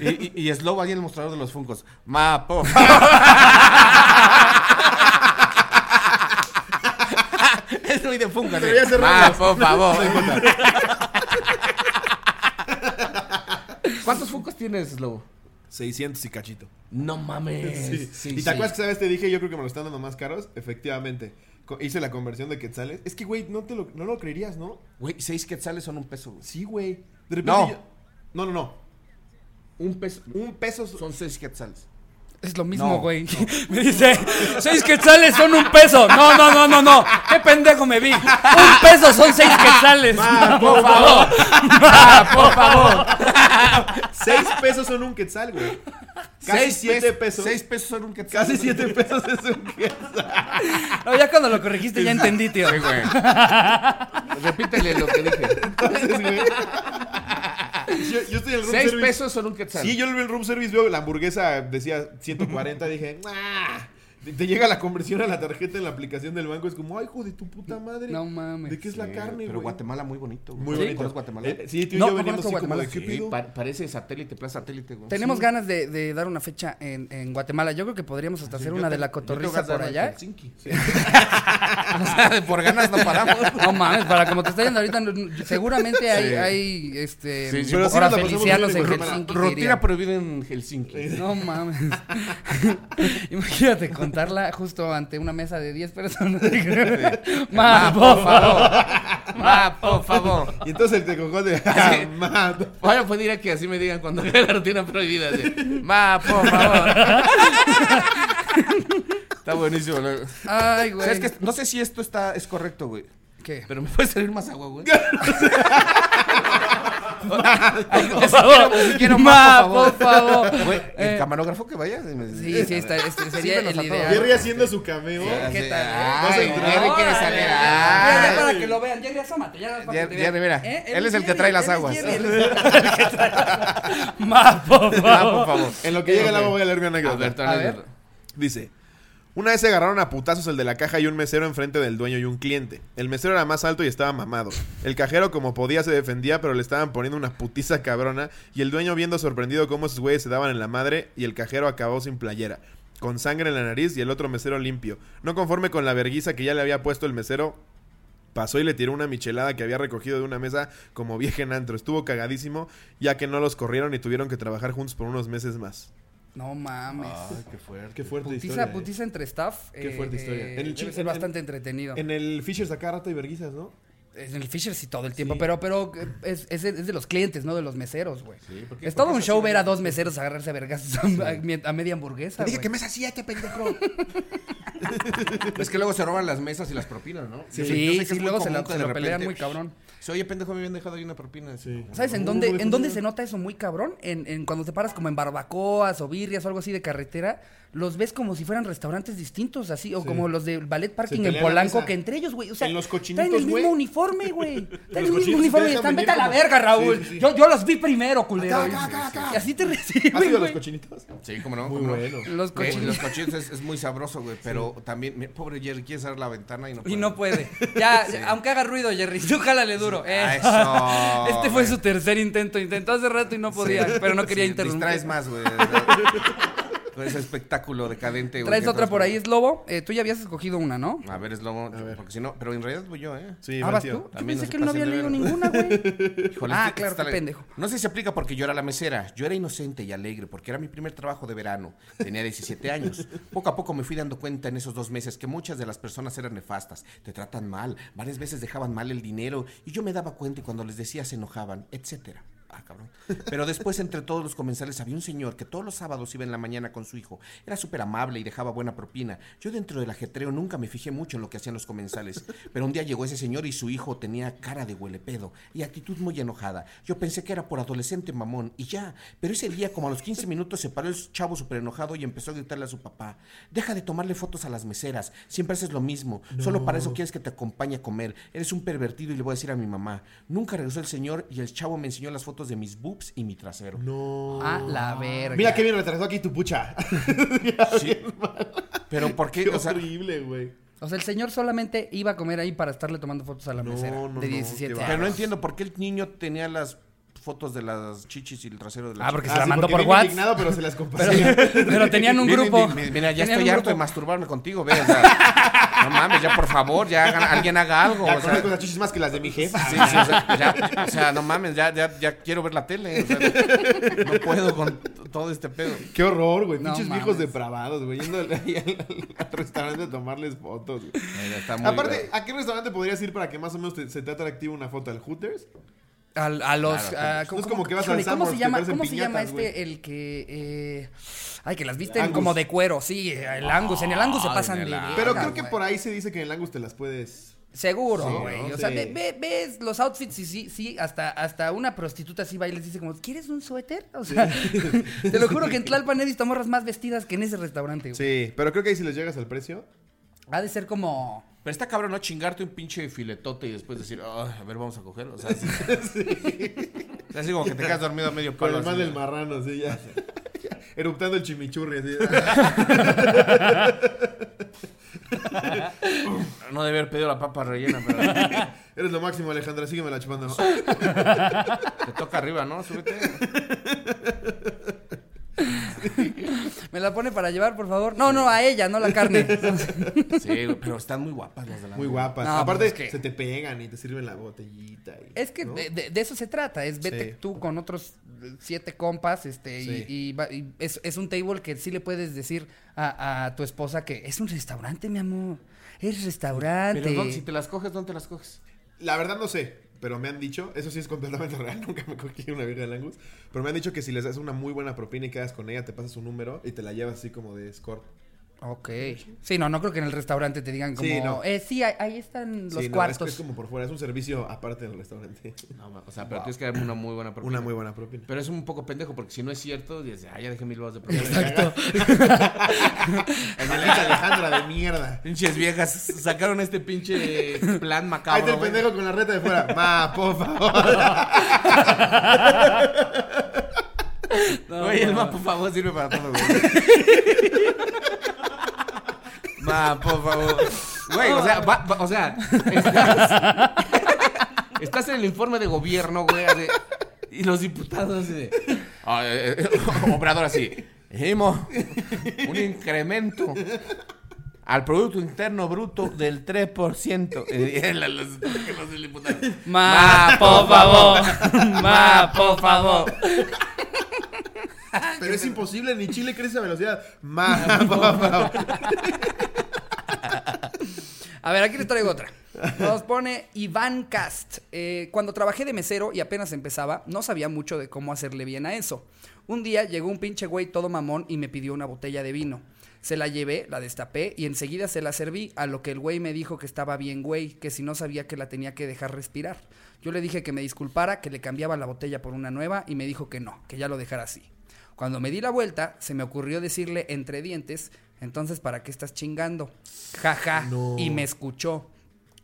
B: Y, y, y Slobo ahí en el mostrador de los funcos. Ma, por favor. Es muy de funcos.
C: Pero ya
B: ¿no?
C: cerramos.
B: Ma, por favor. ¿Cuántos funcos tienes, Slobo?
C: 600 y cachito.
B: No mames.
C: Sí. ¿Y te acuerdas que sabes te dije? Yo creo que me lo están dando más caros. Efectivamente. Co- hice la conversión de quetzales. Es que, güey, no, te lo, no lo creerías, ¿no?
B: Güey, seis quetzales son un peso, güey.
C: Sí, güey. De repente
B: No.
C: yo- No, no, no.
B: Un peso.
C: Un peso...
B: Son seis quetzales.
A: Es lo
B: No,
A: mismo, güey. Me dice, seis quetzales son un peso. No, no, no, no, no. Qué pendejo me vi. Un peso son seis quetzales.
B: Por favor. por favor.
C: Seis pesos son un quetzal, güey. Casi siete
B: pes-
C: pesos.
B: Seis pesos son un quetzal.
C: Casi siete pesos es un quetzal.
A: No, ya cuando lo corregiste ya entendí, tío.
B: Sí, güey. Repítele lo que dije.
C: Entonces, güey. Yo, yo estoy en el room
B: Seis
C: service.
B: pesos son un quetzal.
C: Sí, yo en el room service veo la hamburguesa, decía 140, dije, "Ah". Te, te llega la conversión a la tarjeta en la aplicación del banco. Es como, ay, hijo de tu puta madre.
A: No mames.
C: ¿De qué es la carne,
B: Pero
C: güey?
B: Guatemala muy bonito. güey.
C: Muy
B: ¿Sí?
C: bonito.
B: ¿Conoces Guatemala?
C: Eh, sí, tú y
A: No,
C: yo
A: no
C: veníamos así
A: conozco
C: como de, ¿qué
A: Guatemala.
B: Sí,
C: pedo?
B: pa- parece satélite, plaza satélite. güey.
A: Tenemos
B: Sí.
A: ganas de, de dar una fecha en, en Guatemala. Yo creo que podríamos hasta hacer
B: Yo
A: una
B: te-
A: de la
B: yo
A: cotorriza
B: tengo ganas
A: por
B: de
A: allá.
B: Helsinki. O sea, por ganas no paramos.
A: No mames, para como te está yendo ahorita, no- seguramente hay, hay este,
B: Sí, sí,
A: ahora
C: pero sí nos la
A: felicianos
C: pasamos
A: en
C: bien en Guatemala.
A: Helsinki. que
B: Rutina
A: irían.
B: prohibida en Helsinki.
A: No mames. Imagínate contarla justo ante una mesa de 10 personas. Ma, por favor.
B: Ah, por favor.
C: Y entonces el tecocón de, ah, mato.
B: Voy a pedir a pues que así me digan cuando vea la rutina prohibida. así, Ma, por favor. Está buenísimo. ¿no?
A: Ay, güey.
B: ¿Sabes qué? No sé si esto está, es correcto, güey.
A: ¿Qué?
B: Pero me puede salir más agua, güey. Ay, si quiero- si quiero más,
A: Ma, por favor.
B: Güey, el
A: Eh,
B: camarógrafo que vaya. me-
A: Sí, sí, está, este sería
B: Sírvenos
A: el
B: a todos.
A: ideal.
C: Jerry haciendo su cameo.
A: ¿Qué
B: Así,
C: eh?
A: tal?
B: Ay,
C: Vas a
B: Jerry
C: entrar.
B: quiere salir. ay.
A: Ya, ya, para que lo vean, Jerry, asómate, ya, para que
B: Jerry,
A: te vean.
B: Jerry, mira, él es el que trae las
A: él es
B: aguas.
A: Jerry, él es el que trae las aguas. Ma, por
B: Ah,
A: favor.
B: por favor.
C: En lo que llega el agua voy a leer mi
B: A
C: anécdota.
B: ver, tú
A: A
B: eres-
A: ver.
C: Dice, una vez se agarraron a putazos el de la caja y un mesero enfrente del dueño y un cliente. El mesero era más alto y estaba mamado. El cajero como podía se defendía, pero le estaban poniendo una putiza cabrona y el dueño viendo sorprendido cómo sus güeyes se daban en la madre y el cajero acabó sin playera. Con sangre en la nariz y el otro mesero limpio. No conforme con la verguiza que ya le había puesto el mesero, Pasó y le tiró una michelada que había recogido de una mesa como vieja en antro. Estuvo cagadísimo, ya que no los corrieron y tuvieron que trabajar juntos por unos meses más.
A: No mames.
B: Ay, qué fuerte.
C: Qué fuerte
A: putiza,
C: historia. eh.
A: putiza entre staff.
C: Qué fuerte historia. En el
A: debe
C: chin-
A: ser
C: en-
A: bastante entretenido. En,
C: En el Fisher acá rato y verguizas, ¿no?
A: el Fisher sí todo el tiempo,
C: Sí.
A: pero pero eh, es, es, es de los clientes, no de los meseros, güey.
C: porque-
A: es todo
C: porque
A: un
C: se
A: show
C: hacen
A: ver a dos meseros agarrarse a vergas a, a media hamburguesa, güey.
B: mesa hacía este pendejo. es que luego se roban las mesas y las propinas, ¿no?
A: Sí,
B: Yo sé que
A: sí,
B: es muy
A: luego se,
B: común
A: la-
B: que
A: se
B: de
A: lo pelean
B: repente,
A: muy cabrón.
B: Sí, oye, pendejo, me habían dejado ahí una propina.
C: Sí.
A: ¿Sabes en
C: No,
A: dónde,
C: no,
A: en dónde
C: no.
A: se nota eso muy cabrón? En, en cuando te paras como en barbacoas o birrias o algo así de carretera, los ves como si fueran restaurantes distintos, así, o
C: Sí.
A: como los del ballet parking en
C: pelean la
A: Polanco,
C: mesa.
A: que entre ellos, güey. O sea,
C: En los
A: traen
C: cochinitos,
A: el mismo
C: güey.
A: uniforme, güey. Traen el mismo
C: cochinitos
A: uniforme y
C: te dejan
A: están, vete
C: venir
A: a la
C: como-
A: verga, Raúl.
C: Sí, sí, sí.
A: Yo, yo los vi primero, culero.
C: Acá, acá, acá,
A: Y así te
C: ¿Has
A: reciben,
C: ido a los
A: güey.
C: cochinitos?
B: Sí, cómo no.
C: Muy
B: cómo no.
C: bueno.
A: Los
B: Güey,
A: cochinos.
B: los cochinos es, es muy sabroso, güey. Pero también, mi- pobre Jerry, quiere cerrar la ventana y no puede.
A: Y no puede. Ya, aunque haga ruido, Jerry, tú jálale duro. eh.
B: Ah, Eso,
A: este fue
B: güey.
A: su tercer intento. Intentó hace rato y no podía, pero no quería
B: Sí,
A: interrumpir.
B: Distraes más, güey. Con ese espectáculo decadente, güey.
A: Traes
B: que
A: otra por ahí,
B: traes,
A: es lobo. Eh, tú ya habías escogido una, ¿no?
B: güey. A ver, es lobo. Porque si no, pero en realidad voy yo, ¿eh?
C: Sí,
A: ah,
C: mal
A: ¿vas
C: tío.
A: tú? Yo
B: También
A: pensé
B: no se
A: que no había leído
B: pasen de verga.
A: ninguna, güey.
B: Híjole,
A: Ah,
B: este-
A: claro,
B: esta
A: qué
B: la-
A: pendejo.
B: No sé si aplica porque yo era la mesera. Yo era inocente y alegre porque era mi primer trabajo de verano. Tenía 17 años. Poco a poco me fui dando cuenta en esos dos meses que muchas de las personas eran nefastas. Te tratan mal, varias veces dejaban mal el dinero y yo me daba cuenta y cuando les decía se enojaban, etcétera. Ah, cabrón. Pero después, entre todos los comensales, había un señor que todos los sábados iba en la mañana con su hijo. Era súper amable y dejaba buena propina. Yo, dentro del ajetreo, nunca me fijé mucho en lo que hacían los comensales. Pero un día llegó ese señor y su hijo tenía cara de huelepedo y actitud muy enojada. Yo pensé que era por adolescente mamón y ya. Pero ese día, como a los 15 minutos, se paró el chavo súper enojado y empezó a gritarle a su papá: Deja de tomarle fotos a las meseras. Siempre haces lo mismo. Solo para eso quieres que te acompañe a comer. Eres un pervertido y le voy a decir a mi mamá. Nunca regresó el señor y el chavo me enseñó las fotos de mis boobs y mi trasero.
C: No.
A: Ah, la verga.
C: Mira qué bien retrasó aquí tu pucha.
B: Sí. Pero ¿por qué?
C: Qué
B: O sea,
C: horrible, güey.
A: O sea, el señor solamente iba a comer ahí para estarle tomando fotos a la
C: No,
A: mesera.
C: no,
A: de
C: no,
A: 17
C: qué
B: pero
A: años.
B: no entiendo por qué el niño tenía las fotos de las chichis y el trasero de la
A: Ah,
B: chica.
A: porque
C: Ah,
A: se la
C: sí,
A: mandó
C: porque
A: por WhatsApp.
C: viene indignado, pero se las compartió.
A: Pero, pero tenían un
B: Mira,
A: grupo.
B: mira, Mira, ya
A: Tenían
B: estoy
A: un
B: harto de
A: grupo.
B: masturbarme contigo, ve. o sea, no mames, ya por favor, ya hagan- alguien haga algo.
C: Ya
B: O sea,
C: conozco las chichis más que las de mi jefa.
B: Sí, sí, o sea, ya, o sea, no mames, ya, ya, ya quiero ver la tele. o sea, no puedo con t- todo este pedo.
C: Qué horror, güey.
A: No
C: Pinches
A: mames.
C: viejos depravados, güey. Yendo al, ahí al- al restaurante a tomarles fotos, güey.
B: Mira, está muy
C: Aparte, ¿a qué restaurante podrías ir para que más o menos te- se te atractiva una foto? ¿Al Hooters?
A: Al- a los.
B: Claro,
A: a-
C: no es como que vas al
A: híjole, ¿Cómo
C: Sanborns,
A: se
C: te
A: llama,
C: parecen
A: ¿cómo se llama
C: piñatas,
A: este?
C: güey?
A: El que. eh, ay, que las visten
C: Angus.
A: como de cuero. Sí, el Angus. En el Angus se
B: Ah,
A: pasan
B: en
A: de.
B: el Angus.
C: Pero
A: verga,
C: creo que
A: güey.
C: por ahí se dice que en el Angus te las puedes...
A: Seguro,
C: Sí,
A: güey.
C: ¿no?
A: O sea,
C: Sí.
A: ve- ve- ves los outfits y sí, sí, hasta, hasta una prostituta sí va y les dice como, ¿quieres un suéter? O sea, te lo juro que en Tlalpan he visto morras más vestidas que en ese restaurante, güey.
C: Sí, pero creo que ahí si les llegas al precio...
A: Ha de ser como...
B: Pero está cabrón no chingarte un pinche filetote y después decir, "Ay, a ver, vamos a coger. O sea, es así como que te quedas dormido a medio
C: Con
B: palo.
C: el más
B: así de-
C: del marrano, sí, ya. eruptando el chimichurri. así.
B: No debe haber pedido la papa rellena, pero
C: Eres lo máximo, Alejandra. Sígueme la chupando. ¿no?
B: te toca arriba, ¿no? Súbete.
A: ¿Me la pone para llevar, por favor? No, no, a ella, no la carne.
B: Sí, güey, pero están muy guapas las de la
C: Muy guapas.
A: No,
C: Aparte,
A: pues es que-
C: se te pegan y te sirven la botellita. y-
A: Es que
C: ¿no?
A: de, de- de eso se trata, es vete
C: Sí.
A: tú con otros eh, siete compas, este, y-
C: Sí.
A: y, va- y es, es un table que sí le puedes decir a, a tu esposa que es un restaurante, mi amor, es restaurante.
B: Pero ¿dónde- si te las coges, ¿dónde te las coges?
C: La verdad no sé, pero me han dicho, eso sí es completamente real, nunca me cogí una virgen de Angus, pero me han dicho que si les das una muy buena propina y quedas con ella, te pasas su número y te la llevas así como de escort.
A: Ok. Sí, no, no creo que en el restaurante te digan como,
C: Sí, no.
A: eh, sí, ahí, ahí están los
C: Sí, no, es-
A: cuartos.
C: es, como por fuera, es un servicio aparte del restaurante.
B: No, ma- o sea, pero tienes que darme una muy buena propina.
C: Una muy buena propina.
B: Pero es un poco pendejo porque si no es cierto, dices, ah, ya dejé mil babas de propina.
C: Angelita Alejandra de mierda.
B: Pinches viejas, sacaron este pinche plan
C: Ahí está
B: macabro.
C: el
B: güey.
C: pendejo con la reta de fuera. Ma, por favor.
B: Güey, el mapa, por favor, sirve para todo, güey. Ma, por favor. Güey, o sea, va- va- o sea, estás, estás en el informe de gobierno, güey, así, y los diputados así de... Ah, eh, eh, obrador así. Dijimos un incremento al Producto Interno Bruto del 3%. Eh, eh, la- los- que los diputados.
A: Ma, por favor. Ma, por favor.
C: Pero es imposible, ni Chile crece a velocidad. Ma, por favor.
A: A ver, aquí les traigo otra. Nos pone Iván Cast. Eh, cuando trabajé de mesero y apenas empezaba, no sabía mucho de cómo hacerle bien a eso. Un día llegó un pinche güey todo mamón y me pidió una botella de vino. Se la llevé, la destapé y enseguida se la serví, a lo que el güey me dijo que estaba bien güey, que si no sabía que la tenía que dejar respirar. Yo le dije que me disculpara, que le cambiaba la botella por una nueva y me dijo que no, que ya lo dejara así. Cuando me di la vuelta, se me ocurrió decirle entre dientes, entonces, ¿para qué estás chingando? Jaja.
C: No.
A: Y me escuchó.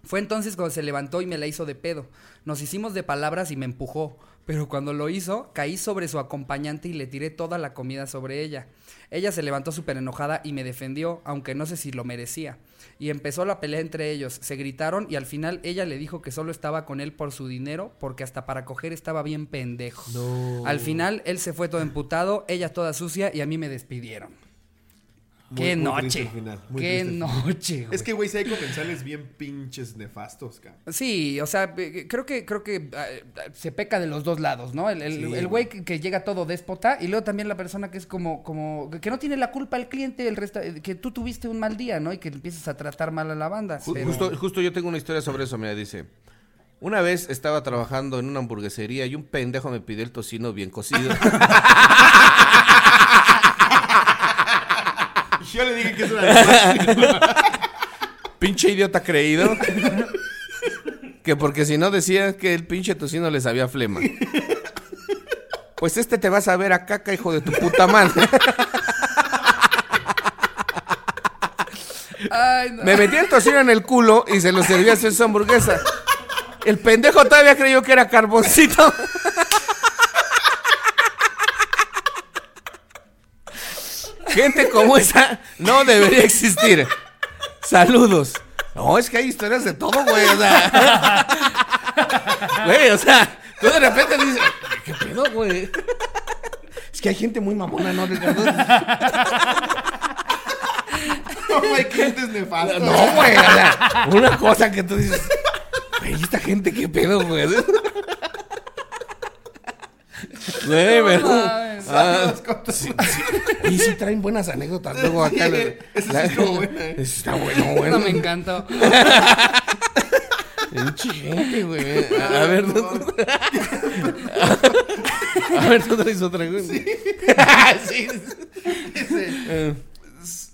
A: Fue entonces cuando se levantó y me la hizo de pedo. Nos hicimos de palabras y me empujó. Pero cuando lo hizo, caí sobre su acompañante y le tiré toda la comida sobre ella. Ella se levantó súper enojada y me defendió, aunque no sé si lo merecía. Y empezó la pelea entre ellos. Se gritaron y al final ella le dijo que solo estaba con él por su dinero, porque hasta para coger estaba bien pendejo. Al final él se fue todo emputado, ella toda sucia y a mí me despidieron.
C: Muy-
A: Qué
C: muy triste
A: noche.
C: el final, muy
A: Qué
C: triste el final.
A: noche, güey.
C: Es que, güey, si hay comensales bien pinches nefastos, cabrón.
A: Sí, o sea, eh, creo que creo que eh, se peca de los dos lados, ¿no? El, el-
C: Sí,
A: el
C: güey.
A: güey que, que llega todo déspota y luego también la persona que es como como que no tiene la culpa el cliente, el resta- eh, que tú tuviste un mal día, ¿no? Y que empiezas a tratar mal a la banda.
B: Ju-
A: pero-
B: Justo, justo yo tengo una historia sobre eso, mira, dice. Una vez estaba trabajando en una hamburguesería y un pendejo me pidió el tocino bien cocido.
C: Yo le dije que es una.
B: pinche idiota creído. que porque si no decía que el pinche tocino le sabía flema. Pues este te vas a ver a caca, hijo de tu puta madre.
A: Ay, no.
B: Me metí el tocino en el culo y se lo serví a hacer su hamburguesa. El pendejo todavía creyó que era carboncito. Gente como esa no debería existir. Saludos. No, es que hay historias de todo, güey. O sea. Güey, o sea, tú de repente dices, ¿qué pedo, güey? Es que hay gente muy mamona, ¿no, Ricardo?
C: No, güey, clientes nefastos.
B: No, güey, o sea, una cosa que tú dices, güey, esta gente qué pedo, güey. Güey, pero.
A: mames.
B: ah, sí, sí. Oye, sí traen buenas anécdotas luego acá. la-
C: Esa sí
B: la-
C: estuvo buena, eh.
B: Esa Está bueno,
A: Esta
B: bueno.
A: me encantó.
B: Pinche gente, güey. Ah, A, a ver, tú- a ver, tú traes otra, güey. Sí.
C: Dice,
B: Eh,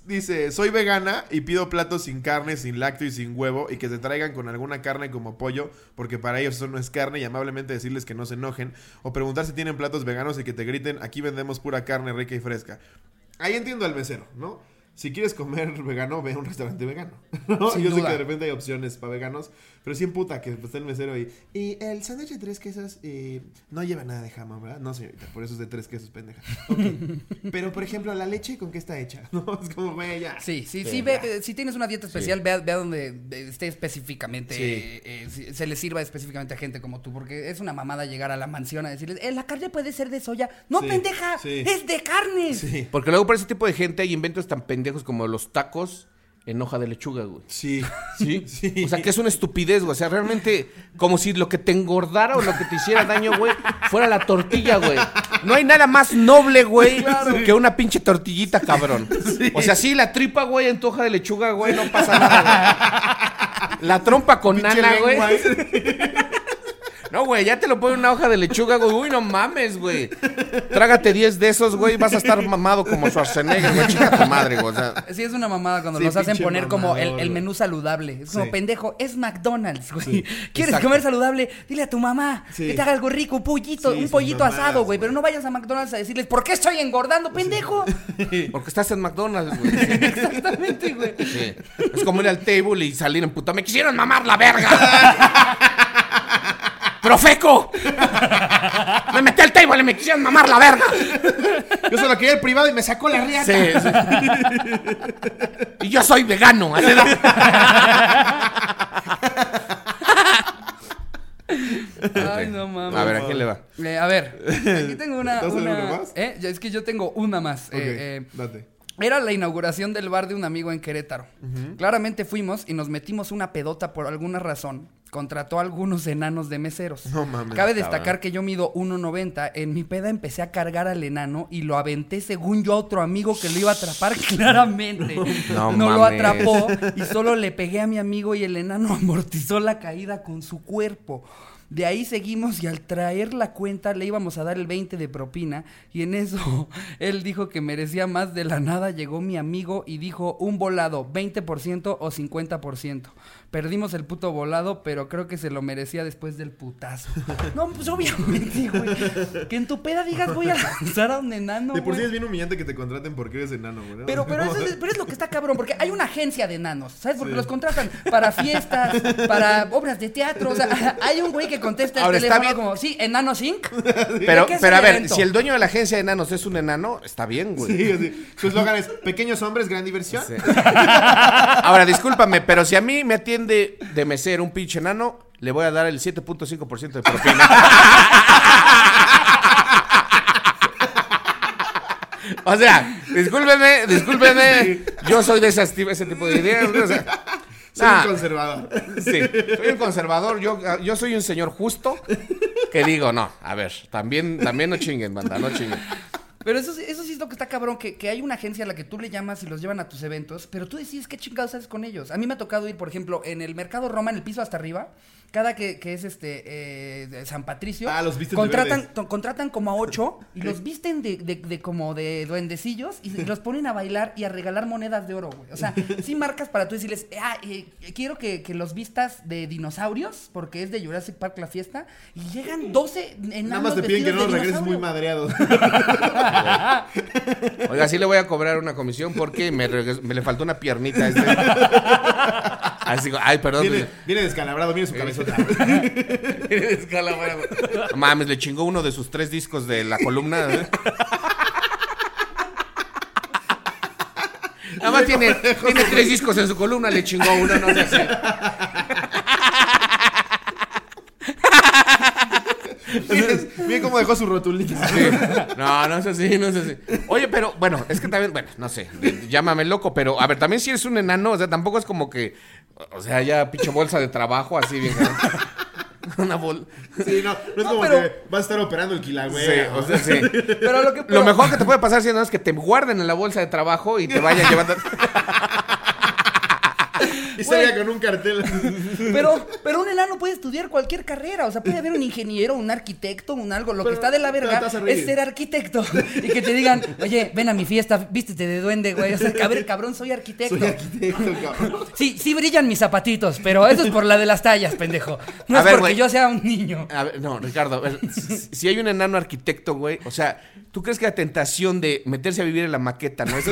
C: dice, soy vegana y pido platos sin carne, sin lácteo y sin huevo y que se traigan con alguna carne como pollo, porque para ellos eso no es carne y amablemente decirles que no se enojen o preguntar si tienen platos veganos y que te griten, aquí vendemos pura carne rica y fresca. Ahí entiendo al mesero, ¿no? si quieres comer vegano, ve a un restaurante vegano. ¿no?
A: Sin
C: Yo sé
A: duda.
C: que de repente hay opciones para veganos, pero sí puta que pues, está el mesero y. Y el sándwich de tres quesos eh, no lleva nada de jamón, ¿verdad? No, señorita, por eso es de tres quesos, pendeja. Ok. Pero, por ejemplo, la leche, ¿con qué está hecha? No, es como, güey, ya.
A: Sí, sí, sí, ve- ve- si tienes una dieta especial, vea, vea donde eh, esté específicamente,
B: Sí.
A: eh, eh, si- se le sirva específicamente a gente como tú, porque es una mamada llegar a la mansión a decirles, "Eh, la carne puede ser de soya. No,
C: Sí,
A: pendeja,
C: sí.
A: es de carne.
C: Sí.
B: Porque luego para ese tipo de gente hay inventos tan pendejos como los tacos en hoja de lechuga, güey.
C: Sí.
B: ¿Sí?
C: Sí.
B: O sea, que es una estupidez, güey. O sea, realmente, como si lo que te engordara o lo que te hiciera daño, güey, fuera la tortilla, güey. No hay nada más noble, güey, que una pinche tortillita, cabrón. O sea, sí, la tripa, güey, en tu hoja de lechuga, güey, no pasa nada, güey. La trompa con
C: Pinche
B: nana, güey.
C: lengua, ¿eh?
B: No, güey, ya te lo pone una hoja de lechuga, güey. Uy, no mames, güey. Trágate 10 de esos, güey, vas a estar mamado como Schwarzenegger, güey. Chica tu madre, güey. O sea,
A: Sí, es una mamada cuando
C: Sí,
A: nos hacen
C: pinche
A: poner como el,
C: mamador,
A: el
C: güey.
A: menú saludable. Es como,
C: Sí.
A: pendejo, es McDonald's, güey. ¿Quieres
B: exacto.
A: comer saludable? Dile a tu mamá
C: Sí.
A: que te haga algo rico, un pollito,
C: Sí,
A: un
C: sus
A: pollito
C: mamadas,
A: asado, güey.
C: güey.
A: Pero no vayas a McDonald's a decirles, ¿por qué estoy engordando, pendejo?
B: porque estás en McDonald's, güey.
A: Exactamente, güey.
B: Sí. Es como ir al table y salir en puta. ¡Me quisieron mamar la verga! ¡Profeco! ¡Me metí al table y me quisieron mamar la verga!
C: Yo solo quería el privado y me sacó la riata.
B: Sí, sí. Y yo soy vegano. así era.
A: Ay, no mames.
B: A ver, ¿a quién le va?
A: Eh, a ver, aquí tengo una.
C: ¿Estás en
A: una-
C: uno más?
A: ¿Eh? Ya, Es que yo tengo una más.
C: Ok,
A: Eh, eh,
C: date.
A: era la inauguración del bar de un amigo en Querétaro. Claramente fuimos y nos metimos una pedota por alguna razón. Contrató a algunos enanos de meseros.
C: No mames,
A: Cabe destacar que yo mido 1.90. En mi peda empecé a cargar al enano y lo aventé según yo a otro amigo que lo iba a atrapar claramente.
B: No
A: No, lo
B: mames.
A: atrapó y solo le pegué a mi amigo y el enano amortizó la caída con su cuerpo. De ahí seguimos y al traer la cuenta le íbamos a dar el 20 de propina y en eso él dijo que merecía más de la nada. Llegó mi amigo y dijo un volado, 20% o 50%. Perdimos el puto volado, pero creo que se lo merecía después del putazo. No, pues obviamente, güey. Que en tu peda digas voy a lanzar a un enano.
C: De por sí
A: güey.
C: es bien humillante que te contraten porque eres enano, güey. ¿no?
A: Pero, pero, eso es, pero es lo que está cabrón, porque hay una agencia de enanos, ¿sabes? Porque los contratan para fiestas, para obras de teatro. O sea, hay un güey que contesta el
B: Ahora, está
A: teléfono
B: bien.
A: como, sí, enanos Inc.
B: Pero,
A: ¿De qué es
B: pero a
A: el
B: ver,
A: evento?
B: si el dueño de la agencia de enanos es un enano, está bien, güey.
C: Sí, así. Su eslogan es: pequeños hombres, gran diversión.
B: Sí. Ahora, discúlpame, pero si a mí me atiende de mesero un pinche enano, le voy a dar el 7.5% de propina. O sea, discúlpeme, discúlpeme. Yo soy de esas, ti- ese tipo de ideas. güey, o sea,
C: Soy
B: nah,
C: un conservador.
B: Ah. sí, soy un conservador. Yo, ah, yo soy un señor justo que digo, no, a ver, también, también no chinguen, banda, no chinguen.
A: Pero eso, sí- eso sí es lo que está cabrón, que, que hay una agencia a la que tú le llamas y los llevan a tus eventos, pero tú decides qué chingados haces con ellos. A mí me ha tocado ir, por ejemplo, en el Mercado Roma, en el piso hasta arriba, cada que, que es este eh, de San Patricio,
C: Ah, los visten de
A: contratan,
C: verdes.
A: to- contratan como a ocho y los visten de, de- de como de duendecillos y se- los ponen a bailar y a regalar monedas de oro, güey. O sea, sí marcas para tú decirles, ah, eh, quiero que, que los vistas de dinosaurios, porque es de Jurassic Park la fiesta, y llegan 12 enanos
C: Nada más te piden que no
A: vestidos de
C: los regreses muy
A: dinosaurio.
C: madreado.
B: Oiga, sí le voy a cobrar una comisión porque me, regres- me le faltó una piernita a este. Así, como, ay, perdón.
C: Viene, viene descalabrado, mire su cabezota.
B: No Mames, le chingó uno de sus tres discos de la columna. ¿eh? Nada más tiene, tiene tres discos en su columna, le chingó uno, no sé así.
C: Miren miren cómo dejó su rotulita.
B: Sí. No, no es así, no es así. Oye, pero bueno, es que también, bueno, no sé, de- llámame loco, pero a ver, también si eres un enano, o sea, tampoco es como que, o sea, ya pinche bolsa de trabajo así, vieja. Una bol...
C: Sí, no, no es
A: No,
C: como
A: pero-
C: que vas a estar operando el
B: Sí,
C: kilagüe.
B: o sea, sí.
A: Pero lo que
B: Lo
A: pero-
B: mejor que te puede pasar siendo es que te guarden en la bolsa de trabajo y te vayan llevando.
C: Y salía con un cartel.
A: Pero, pero un enano puede estudiar cualquier carrera. O sea, puede haber un ingeniero, un arquitecto, un algo. Lo
C: Pero
A: que está de la
C: te
A: verga
C: vas a reír.
A: es ser arquitecto. Y que te digan, oye, ven a mi fiesta, vístete de duende, güey. O sea, a ver, cabrón, soy arquitecto.
C: Soy arquitecto, cabrón.
A: Sí, sí brillan mis zapatitos, pero eso es por la de las tallas, pendejo. No
B: A
A: es
B: ver,
A: porque
B: güey.
A: yo sea un niño.
B: A ver, no, Ricardo, a ver, si si hay un enano arquitecto, güey, o sea, ¿tú crees que la tentación de meterse a vivir en la maqueta no es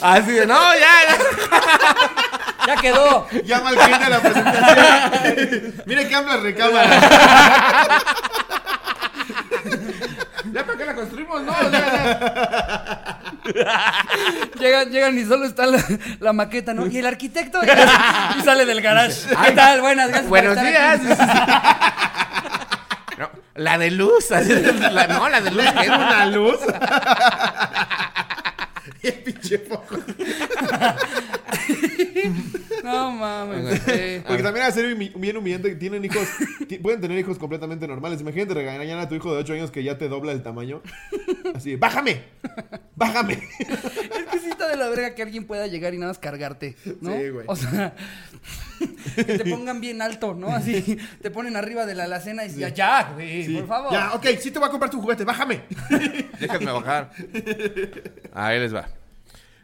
B: Así de, no, ya, ya.
A: Ya quedó.
C: Llama al cliente a la presentación. Mire que habla recámara.
B: ¿Ya para qué la construimos? No, ya, ya.
A: Llegan, llegan y solo está la, la maqueta, ¿no? Y el arquitecto y sale del garage. ¿Qué tal? Buenas, gracias. por
B: Buenos
A: estar
B: días.
A: aquí.
B: No, la de luz. así de, la- no, la de luz. ¿qué?
C: ¿Era una luz? Y el pinche foco.
A: No mames. sí.
C: Porque también va a ser humi- bien humillante que tienen hijos, ti- pueden tener hijos completamente normales. Imagínate regañar a tu hijo de 8 años que ya te dobla el tamaño. Así, bájame, bájame.
A: Es que sí está de la verga que alguien pueda llegar y nada más cargarte, ¿no?
C: Sí, güey.
A: O sea, que te pongan bien alto, ¿no? Así, te ponen arriba de la alacena y ya, ya, güey,
C: Sí.
A: por favor.
C: Ya, ok, sí te voy a comprar tu juguete, bájame.
B: Déjenme bajar. Ahí les va.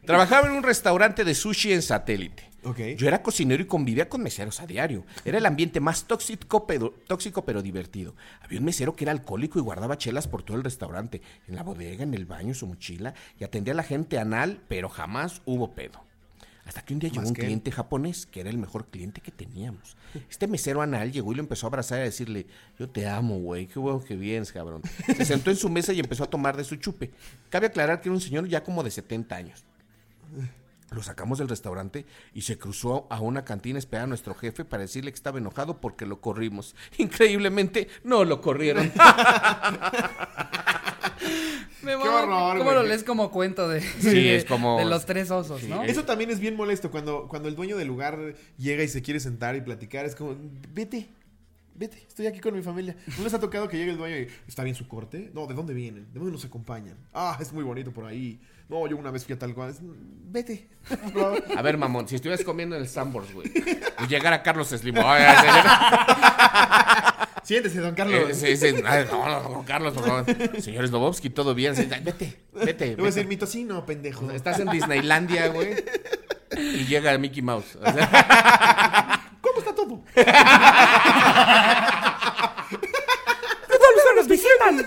B: Trabajaba en un restaurante de sushi en satélite.
C: Ok.
B: Yo era cocinero y convivía con meseros a diario. Era el ambiente más tóxico pero, tóxico pero divertido. Había un mesero que era alcohólico y guardaba chelas por todo el restaurante, en la bodega, en el baño, en su mochila, y atendía a la gente anal, pero jamás hubo pedo. Hasta que un día llegó
C: Más
B: un
C: que él.
B: cliente japonés, que era el mejor cliente que teníamos. Este mesero anal llegó y lo empezó a abrazar y a decirle, yo te amo, güey, qué bueno que vienes, cabrón. Se sentó en su mesa y empezó a tomar de su chupe. Cabe aclarar que era un señor ya como de 70 años. Lo sacamos del restaurante y se cruzó a una cantina a esperar a nuestro jefe para decirle que estaba enojado porque lo corrimos. Increíblemente, no lo corrieron.
A: Me
C: Qué horror,
A: ¿Cómo lo
C: güey.
A: lees como cuento de,
B: Sí,
A: de-
B: es como-
A: de los tres osos, ¿no?
C: Eso también es bien molesto cuando, cuando el dueño del lugar llega y se quiere sentar y platicar. Es como, vete, vete, estoy aquí con mi familia. ¿No les ha tocado que llegue el dueño y está bien su corte? No, ¿de dónde vienen? ¿De dónde nos acompañan? Ah, es muy bonito por ahí. No, yo una vez fui a tal cual. Es, Vete. por favor".
B: A ver, mamón, si estuvieras comiendo en el Sambors, güey, y llegara Carlos Slim. "Ay, ay, señor".
C: Siéntese, don Carlos.
B: Eh, sí, sí, ay, no, no, Carlos, por favor. Señor Slobovsky, todo bien. Sí, ay, Vete, vete.
C: Le voy a
B: vete.
C: decir mito, sí, no, pendejo.
B: Estás en Disneylandia, güey. Y llega Mickey Mouse. O sea,
C: ¿Cómo está todo?
A: ¡Rodolfo, nos visitan!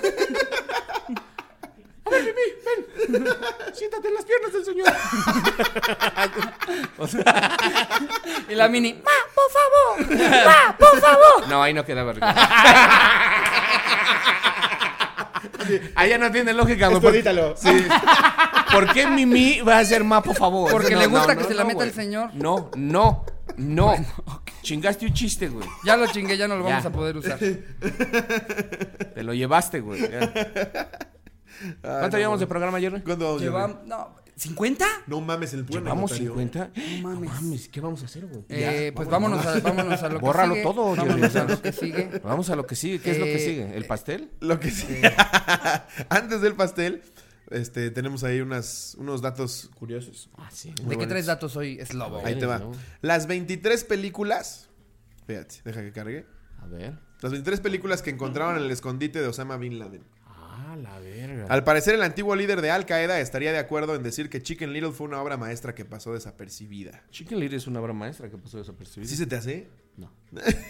B: siéntate en las piernas del señor.
A: Y la mini, ¡ma, por favor! ¡ma, por favor!
B: No, ahí no quedaba Ricardo. Allá no tiene lógica, güey.
C: Esto
B: ¿Por,
C: edítalo.
B: por qué Mimi va a ser más, por favor?
A: Porque
B: No,
A: le
B: no,
A: gusta
B: no,
A: que se la
B: no,
A: meta
B: güey.
A: el señor.
B: No, no, no. Chingaste un chiste, güey.
A: Ya lo chingué, ya no lo
B: Ya.
A: vamos a poder usar.
B: Te lo llevaste, güey. Ya. ¿Cuánto llevamos de programa ayer? güey?
C: ¿Cuándo vamos a ver?
A: Llevamos, no, ¿50?
C: No mames, el pueblo.
B: ¿Llevamos
C: notario.
B: 50?
A: No mames.
B: ¿qué vamos a hacer, güey?
A: Eh, pues vámonos a, vámonos a lo que
B: Bórralo
A: sigue.
B: todo, Jerry.
A: Vámonos a lo que sigue.
B: Vamos a lo que sigue. ¿Qué es lo que
A: Eh,
B: sigue? ¿El pastel?
C: Lo que sí. Antes del pastel, este, tenemos ahí unas, unos datos curiosos.
B: Ah, sí.
A: ¿De qué
C: buenos.
A: tres datos hoy es lobo?
C: Ahí te va.
B: ¿no?
C: Las 23 películas. Fíjate, deja que cargue.
B: A ver.
C: Las 23 películas que encontraron en el escondite de Osama Bin Laden.
B: Ah, la verga.
C: Al parecer, el antiguo líder de Al Qaeda estaría de acuerdo en decir que Chicken Little fue una obra maestra que pasó desapercibida.
B: Chicken Little es una obra maestra que pasó desapercibida.
C: ¿Sí se te hace?
B: No.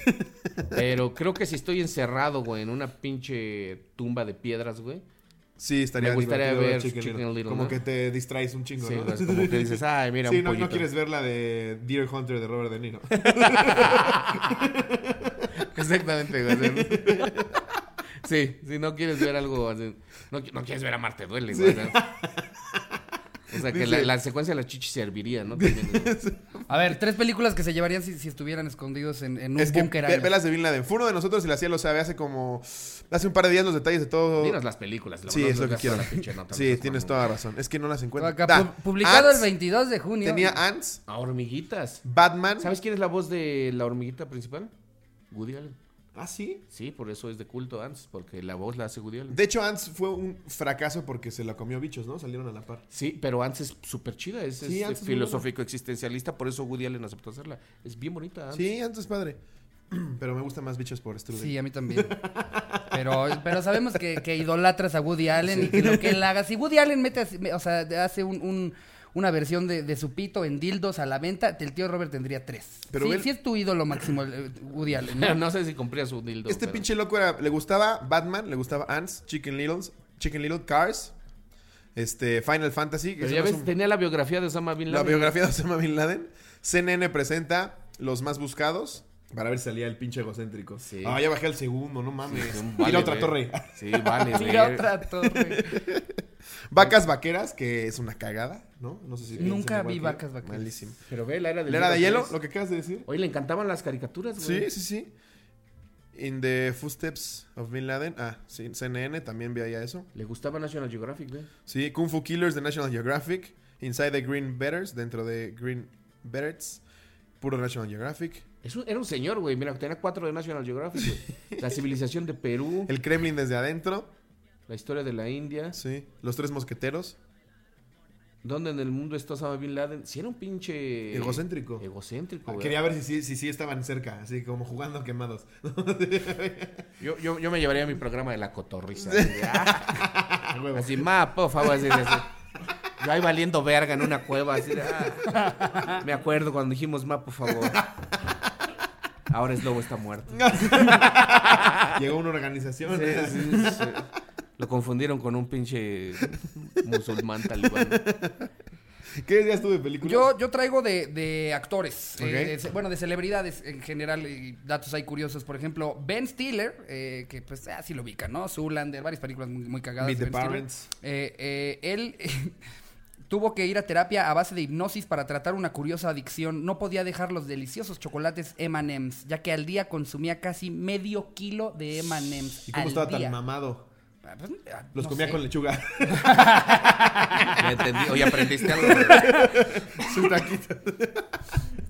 B: Pero creo que si estoy encerrado, güey, en una pinche tumba de piedras, güey.
C: Sí, estaría
B: Me gustaría
C: divertido
B: ver Chicken Little,
C: Como
B: ¿no?
C: que te distraes un chingo,
B: Sí,
C: ¿no?
B: güey, es como que dices, ay, mira,
C: sí,
B: un
C: no, no
B: pollito.
C: quieres ver la de Deer Hunter de Robert De Niro.
B: Exactamente, güey. o sea, Sí, si no quieres ver algo, así, no, qui- no quieres ver a Marte Duele, güey. O sea, o sea, que la,
C: Dice-
B: la secuencia de la chichi serviría, ¿no? También, güey.
A: A ver, tres películas que se llevarían si, si estuvieran escondidos en, en un
C: es que
A: búnker
C: ve-
A: árabe.
C: velas de Bin Laden. Fue uno de nosotros y la CIA lo sabe hace como... Hace un par de días los detalles de todo...
B: Dinos las películas. la
C: sí,
B: verdad,
C: es
B: no
C: lo que
B: das toda
C: quiero.
B: la pinche nota, no
C: Sí,
B: seas
C: tienes
B: mamón.
C: toda razón. Es que no las encuentro.
A: Acá,
C: Da.
A: pu- publicado
C: Ants.
A: el 22 de junio.
C: Tenía Ants,
B: A hormiguitas.
C: Batman.
B: ¿Sabes quién es la voz de la hormiguita principal? Woody Allen.
C: ¿Ah, sí?
B: Sí, por eso es de culto antes, porque la voz la hace Woody Allen.
C: De hecho, Ants fue un fracaso porque se la comió bichos, ¿no? Salieron a la par.
B: Sí, pero antes es súper chida, es,
C: Sí,
B: es
C: Ants es muy
B: filosófico existencialista, por eso Woody Allen aceptó hacerla. Es bien bonita. Ants.
C: Sí, Ants es padre. Pero me gusta más bichos por Strudel.
A: Sí, a mí también. Pero, pero sabemos que, que idolatras a Woody Allen y que lo que él haga. Si Woody Allen mete, así- me- o sea, hace un, un- una versión de, de su pito en dildos a la venta, el tío Robert tendría tres.
C: Pero
A: sí,
C: él-
A: sí es tu ídolo máximo, el- el Woody Allen. ¿no?
B: No, no sé si cumplía su dildo.
C: Este
B: pero-
C: pinche loco era. Le gustaba Batman, le gustaba Ants, Chicken Little, Chicken Little, Cars, este, Final Fantasy. que
B: Pero
C: se
B: ya
C: me hace
B: ves,
C: un-
B: tenía la biografía de Osama Bin
C: la
B: Laden.
C: biografía de Osama Bin Laden. CNN presenta los más buscados. Para ver si salía el pinche egocéntrico.
B: Sí.
C: Ah, ya bajé al segundo, no mames.
B: Sí, un
C: Tira
B: vale,
C: otra
B: güey.
C: torre.
B: Sí, vale.
A: Tira
B: güey.
A: otra torre.
C: Vacas vaqueras, que es una cagada, ¿no? No sé si. piensan
A: Nunca
C: igual
A: vi
C: que-
A: vacas vaqueras.
C: Malísimo.
B: Pero ve, la era de
C: ¿La era de hielo? Lo que acabas de decir.
B: Oye, le encantaban las caricaturas, güey.
C: Sí, sí, sí. In the footsteps of Bin Laden. Ah, sí, CNN también veía eso.
B: Le gustaba National Geographic, güey.
C: Sí, Kung Fu Killers de National Geographic. Inside the Green Berets, dentro de Green Berets. Puro National Geographic.
B: Es un- era un señor, güey. Mira, tenía cuatro de National Geographic, güey. La civilización de Perú,
C: El Kremlin desde adentro.
B: la historia de la India.
C: Sí. Los tres mosqueteros.
B: ¿Dónde en el mundo está Osama Bin Laden? Si era un pinche...
C: Egocéntrico. Ah,
B: Egocéntrico, güey.
C: Quería ver si, sí- si sí estaban cerca, así como jugando quemados.
B: Yo, yo, yo me llevaría a mi programa de la cotorriza. güey. Ah. así, ma, por favor, así, así. Yo ahí valiendo verga en una cueva. Así, ah. Me acuerdo cuando dijimos, ma, por favor. Ahora es lobo, está muerto.
C: Llegó una organización.
B: Sí, sí, sí. Lo confundieron con un pinche musulmán talibán.
C: ¿Qué decías tú de películas?
A: Yo, yo traigo de, de actores, eh,
C: Ok.
A: de ce- bueno, de celebridades en general, y datos ahí curiosos. Por ejemplo, Ben Stiller, eh, que pues así lo ubica, ¿no? Zoolander, varias películas muy, muy cagadas.
C: Meet
A: de
C: the
A: Ben Stiller.
C: Parents.
A: Eh, eh, él tuvo que ir a terapia a base de hipnosis para tratar una curiosa adicción. No podía dejar los deliciosos chocolates M&M's, ya que al día consumía casi medio kilo de M&M's
C: ¿Y cómo
A: al
C: estaba
A: día.
C: tan mamado?
A: Ah, pues, ah,
C: Los
A: no
C: comía
A: sé.
C: con lechuga.
B: Ya entendí. Oye, aprendiste algo. güey?
C: Su taquito.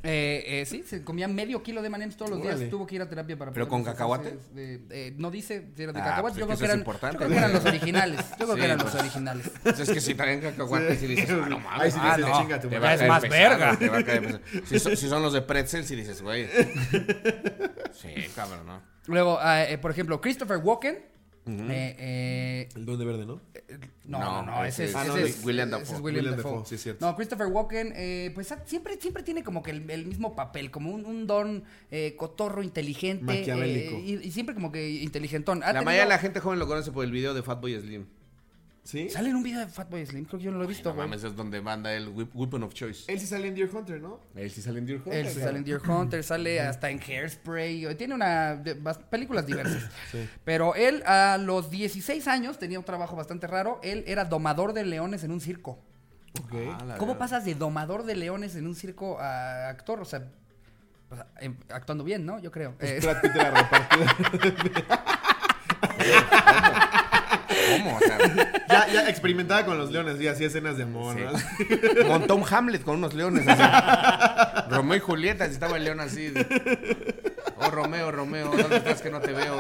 A: Eh, eh, sí, se comía medio kilo de M&M's todos los
C: Órale.
A: días. Tuvo que ir a terapia para.
B: ¿Pero
A: poder
B: con
A: deshacerse
B: cacahuate?
A: de- eh, no dice si eran de
B: Ah,
A: cacahuate.
B: pues
A: yo,
B: es que
A: creo que
B: eso es
A: eran,
B: importante,
A: yo creo que
B: ¿no?
A: eran los originales. Yo creo
B: Sí,
A: que eran
B: pues.
A: los originales.
B: Pues es que si traen cacahuates y dices, ah, no mames.
C: Ahí sí
B: ah,
C: dices,
B: no,
C: "Chinga tu
B: te
C: madre".
B: va a
C: Es
B: caer
E: más
B: pesado,
E: verga.
B: te va a caer pesado. Si, son- si son los de pretzel, si dices, güey. Sí, cabrón, ¿no?
A: Luego, ah, eh, por ejemplo, Christopher Walken. eh, eh,
C: El duende verde, ¿no?
A: No, no, no, ese, es,
B: ah,
A: ese
B: no,
A: es-
B: William
A: ese
B: Dafoe.
A: es William
C: William
A: Dafoe.
C: Dafoe, sí, es cierto.
A: No, Christopher Walken, eh, pues ah, siempre, siempre tiene como que el, el mismo papel, como un, un don eh, cotorro, inteligente.
C: Maquiavélico.
A: eh, y, y siempre como que inteligentón. Ha
B: La
A: tenido-
B: mayoría de la gente joven lo conoce por el video de Fatboy Slim.
C: ¿Sí?
A: Sale en un video de Fatboy Slim, creo que yo no lo he visto,
B: No
A: güey.
B: mames, es donde manda el whip- Weapon of Choice.
C: Él sí sale en Deer Hunter, ¿no?
B: Él sí sale en Deer Hunter.
A: Él
B: güey.
A: sale en Deer Hunter, sale hasta en Hairspray, o- tiene una de- bas- películas diversas. Pero él a los 16 años tenía un trabajo bastante raro, él era domador de leones en un circo.
C: Ok.
B: Ah, la
A: ¿Cómo
B: verdad.
A: pasas de domador de leones en un circo a actor? O sea, o sea, em- actuando bien, ¿no? Yo creo.
B: Pues
A: Eh,
C: Brad Pitt era repartidor.
B: ¿Cómo? O sea,
C: ya, ya experimentaba con los leones y hacía escenas de amor, ¿no?
B: montó un Hamlet con unos leones. así. Romeo y Julieta, si estaba el león así. de- Oh, Romeo, Romeo, ¿dónde estás que no te veo?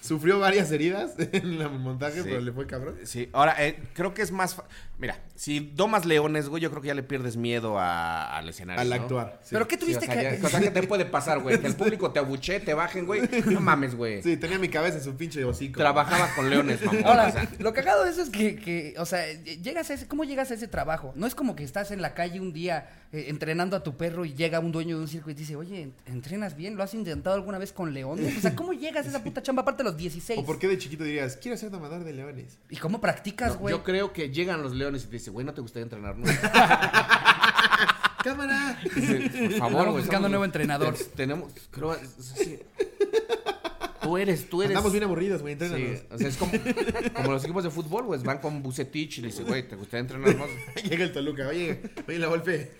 C: Sufrió varias heridas en el montaje,
B: Sí.
C: pero le fue cabrón.
B: Sí, ahora eh, creo que es más. fa- Mira, si domas leones, güey, yo creo que ya le pierdes miedo a- al escenario.
C: Al
B: ¿no?
C: actuar. sí.
A: ¿Pero qué
B: Sí, o
A: tuviste
B: sea,
A: que...?
B: ya- o sea, ¿qué te puede pasar, güey? Que el público te abuche, te bajen, güey. No mames, güey.
C: Sí, tenía mi cabeza en su pinche hocico.
B: Trabajaba con leones, mamón. o
A: Ahora,
B: sea,
A: lo cagado de eso es que, que, o sea, llegas a ese, ¿cómo llegas a ese trabajo? No es como que estás en la calle un día eh, entrenando a tu perro y llega un dueño de un circo y te dice, oye, ent- ¿entrenas bien? ¿Lo has intentado alguna vez con leones? O sea, ¿cómo llegas a esa puta chamba aparte de los 16?
C: ¿O por qué de chiquito dirías, quiero ser domador de leones?
A: ¿Y cómo practicas, güey?
B: yo creo que llegan los leones y te dicen, güey, no te gustaría entrenar nunca.
C: ¡Cámara!
B: Dice, Por favor,
A: Estamos
B: güey.
A: buscando
B: estamos-
A: nuevo entrenador.
B: te- Tenemos, creo, es- es así. Tú eres, tú eres.
C: Estamos bien aburridos, güey, entrénanos.
B: Sí, o sea, es como, como los equipos de fútbol, güey, van con Bucetich y le dicen, güey, ¿te gustaría entrenar más?
C: Llega el Toluca, oye, oye, la golpe.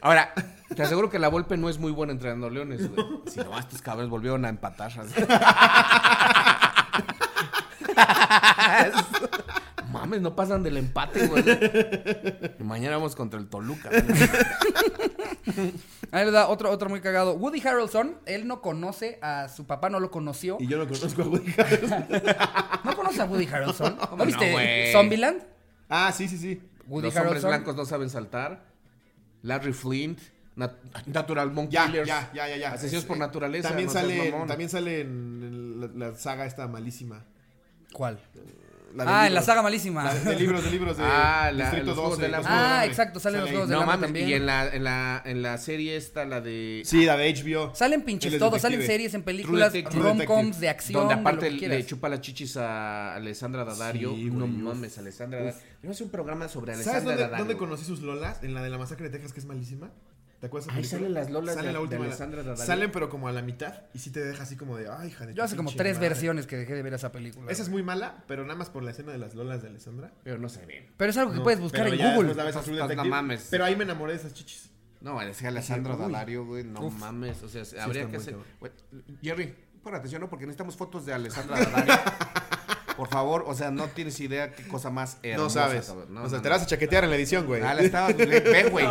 B: Ahora, te aseguro que la Volpe no es muy buena entrenando leones, güey. Si nomás estos cabrones volvieron a empatar. así. Mames, no pasan del empate, güey. Y Mañana vamos contra el Toluca. güey.
A: Ahí le da Ah, otro, otro muy cagado. Woody Harrelson, él no conoce a su papá, no lo conoció.
C: Y yo no conozco a Woody Harrelson.
A: ¿No conoce a Woody Harrelson? ¿No
B: no,
A: viste
B: güey?
A: Zombieland?
C: ah, sí, sí, sí.
A: Woody
B: Los hombres
A: Harrelson.
B: blancos no saben saltar. Larry Flint. Nat- Natural Monk
C: Ya,
B: Killers.
C: ya, ya, ya, ya.
B: Asesinos
C: Es-
B: por
C: eh,
B: naturaleza.
C: También
B: no seas
C: sale,
B: mamón.
C: también sale en, en la, la saga esta malísima.
A: ¿Cuál?
C: La de
A: ah, en la
C: libros.
A: saga malísima.
C: La de, de libros, de libros de
B: Ah, la-
C: Distrito
B: los juegos
C: 12.
B: del
C: Los
B: hambre.
C: juegos
A: Ah,
C: del hambre.
A: exacto, sale los
C: ahí.
A: juegos del
B: No
A: hambre
B: mames.
A: también.
B: Y en la, en, la, en la serie esta, la de.
C: Sí, la de HBO.
A: Salen
C: Él
A: pinches
C: es
A: todos,
C: detective.
A: salen series en películas,
B: Detective.
A: rom-coms de acción,
B: donde
A: de
B: aparte
A: lo que
B: le
A: quieras.
B: chupa las chichis a Alessandra Daddario.
C: Sí,
B: no
C: güey,
B: mames, Alessandra Daddario. Yo hice un programa sobre
C: ¿Sabes
B: Alessandra
C: dónde,
B: Daddario.
C: dónde conocí sus lolas? En la de la masacre de Texas, que es malísima. ¿Te acuerdas? de esa
B: Ahí salen
C: película?
B: las lolas
C: Salen
B: de-
C: la última.
B: de Alessandra Daddario.
C: Salen, pero como a la mitad. Y sí te deja así como de, ay, hija de
A: Yo
C: tu
A: hace como
C: pinche
A: tres
C: madre".
A: versiones que dejé de ver esa película.
C: Esa es muy mala, pero nada más por la escena de las lolas de Alessandra.
B: Pero no se ve.
A: Pero es algo que
C: No,
A: puedes buscar
C: pero
A: en
C: ya
A: Google.
C: después la ves a True
B: No
C: Detective,
B: mames.
C: Pero ahí me enamoré de esas chichis.
B: No, es que Alessandra Daddario, güey, no mames. O sea, habría
C: está
B: que
C: muy
B: hacer.
C: cabrón.
B: güey, Jerry, pon atención, ¿no? Porque necesitamos fotos de Alessandra Daddario. Por favor, o sea, no tienes idea qué cosa más hermosa.
C: No sabes.
B: cabrón.
C: o sea, te vas a chaquetear en la edición, güey.
B: Ah, la estaba- le- ve, güey.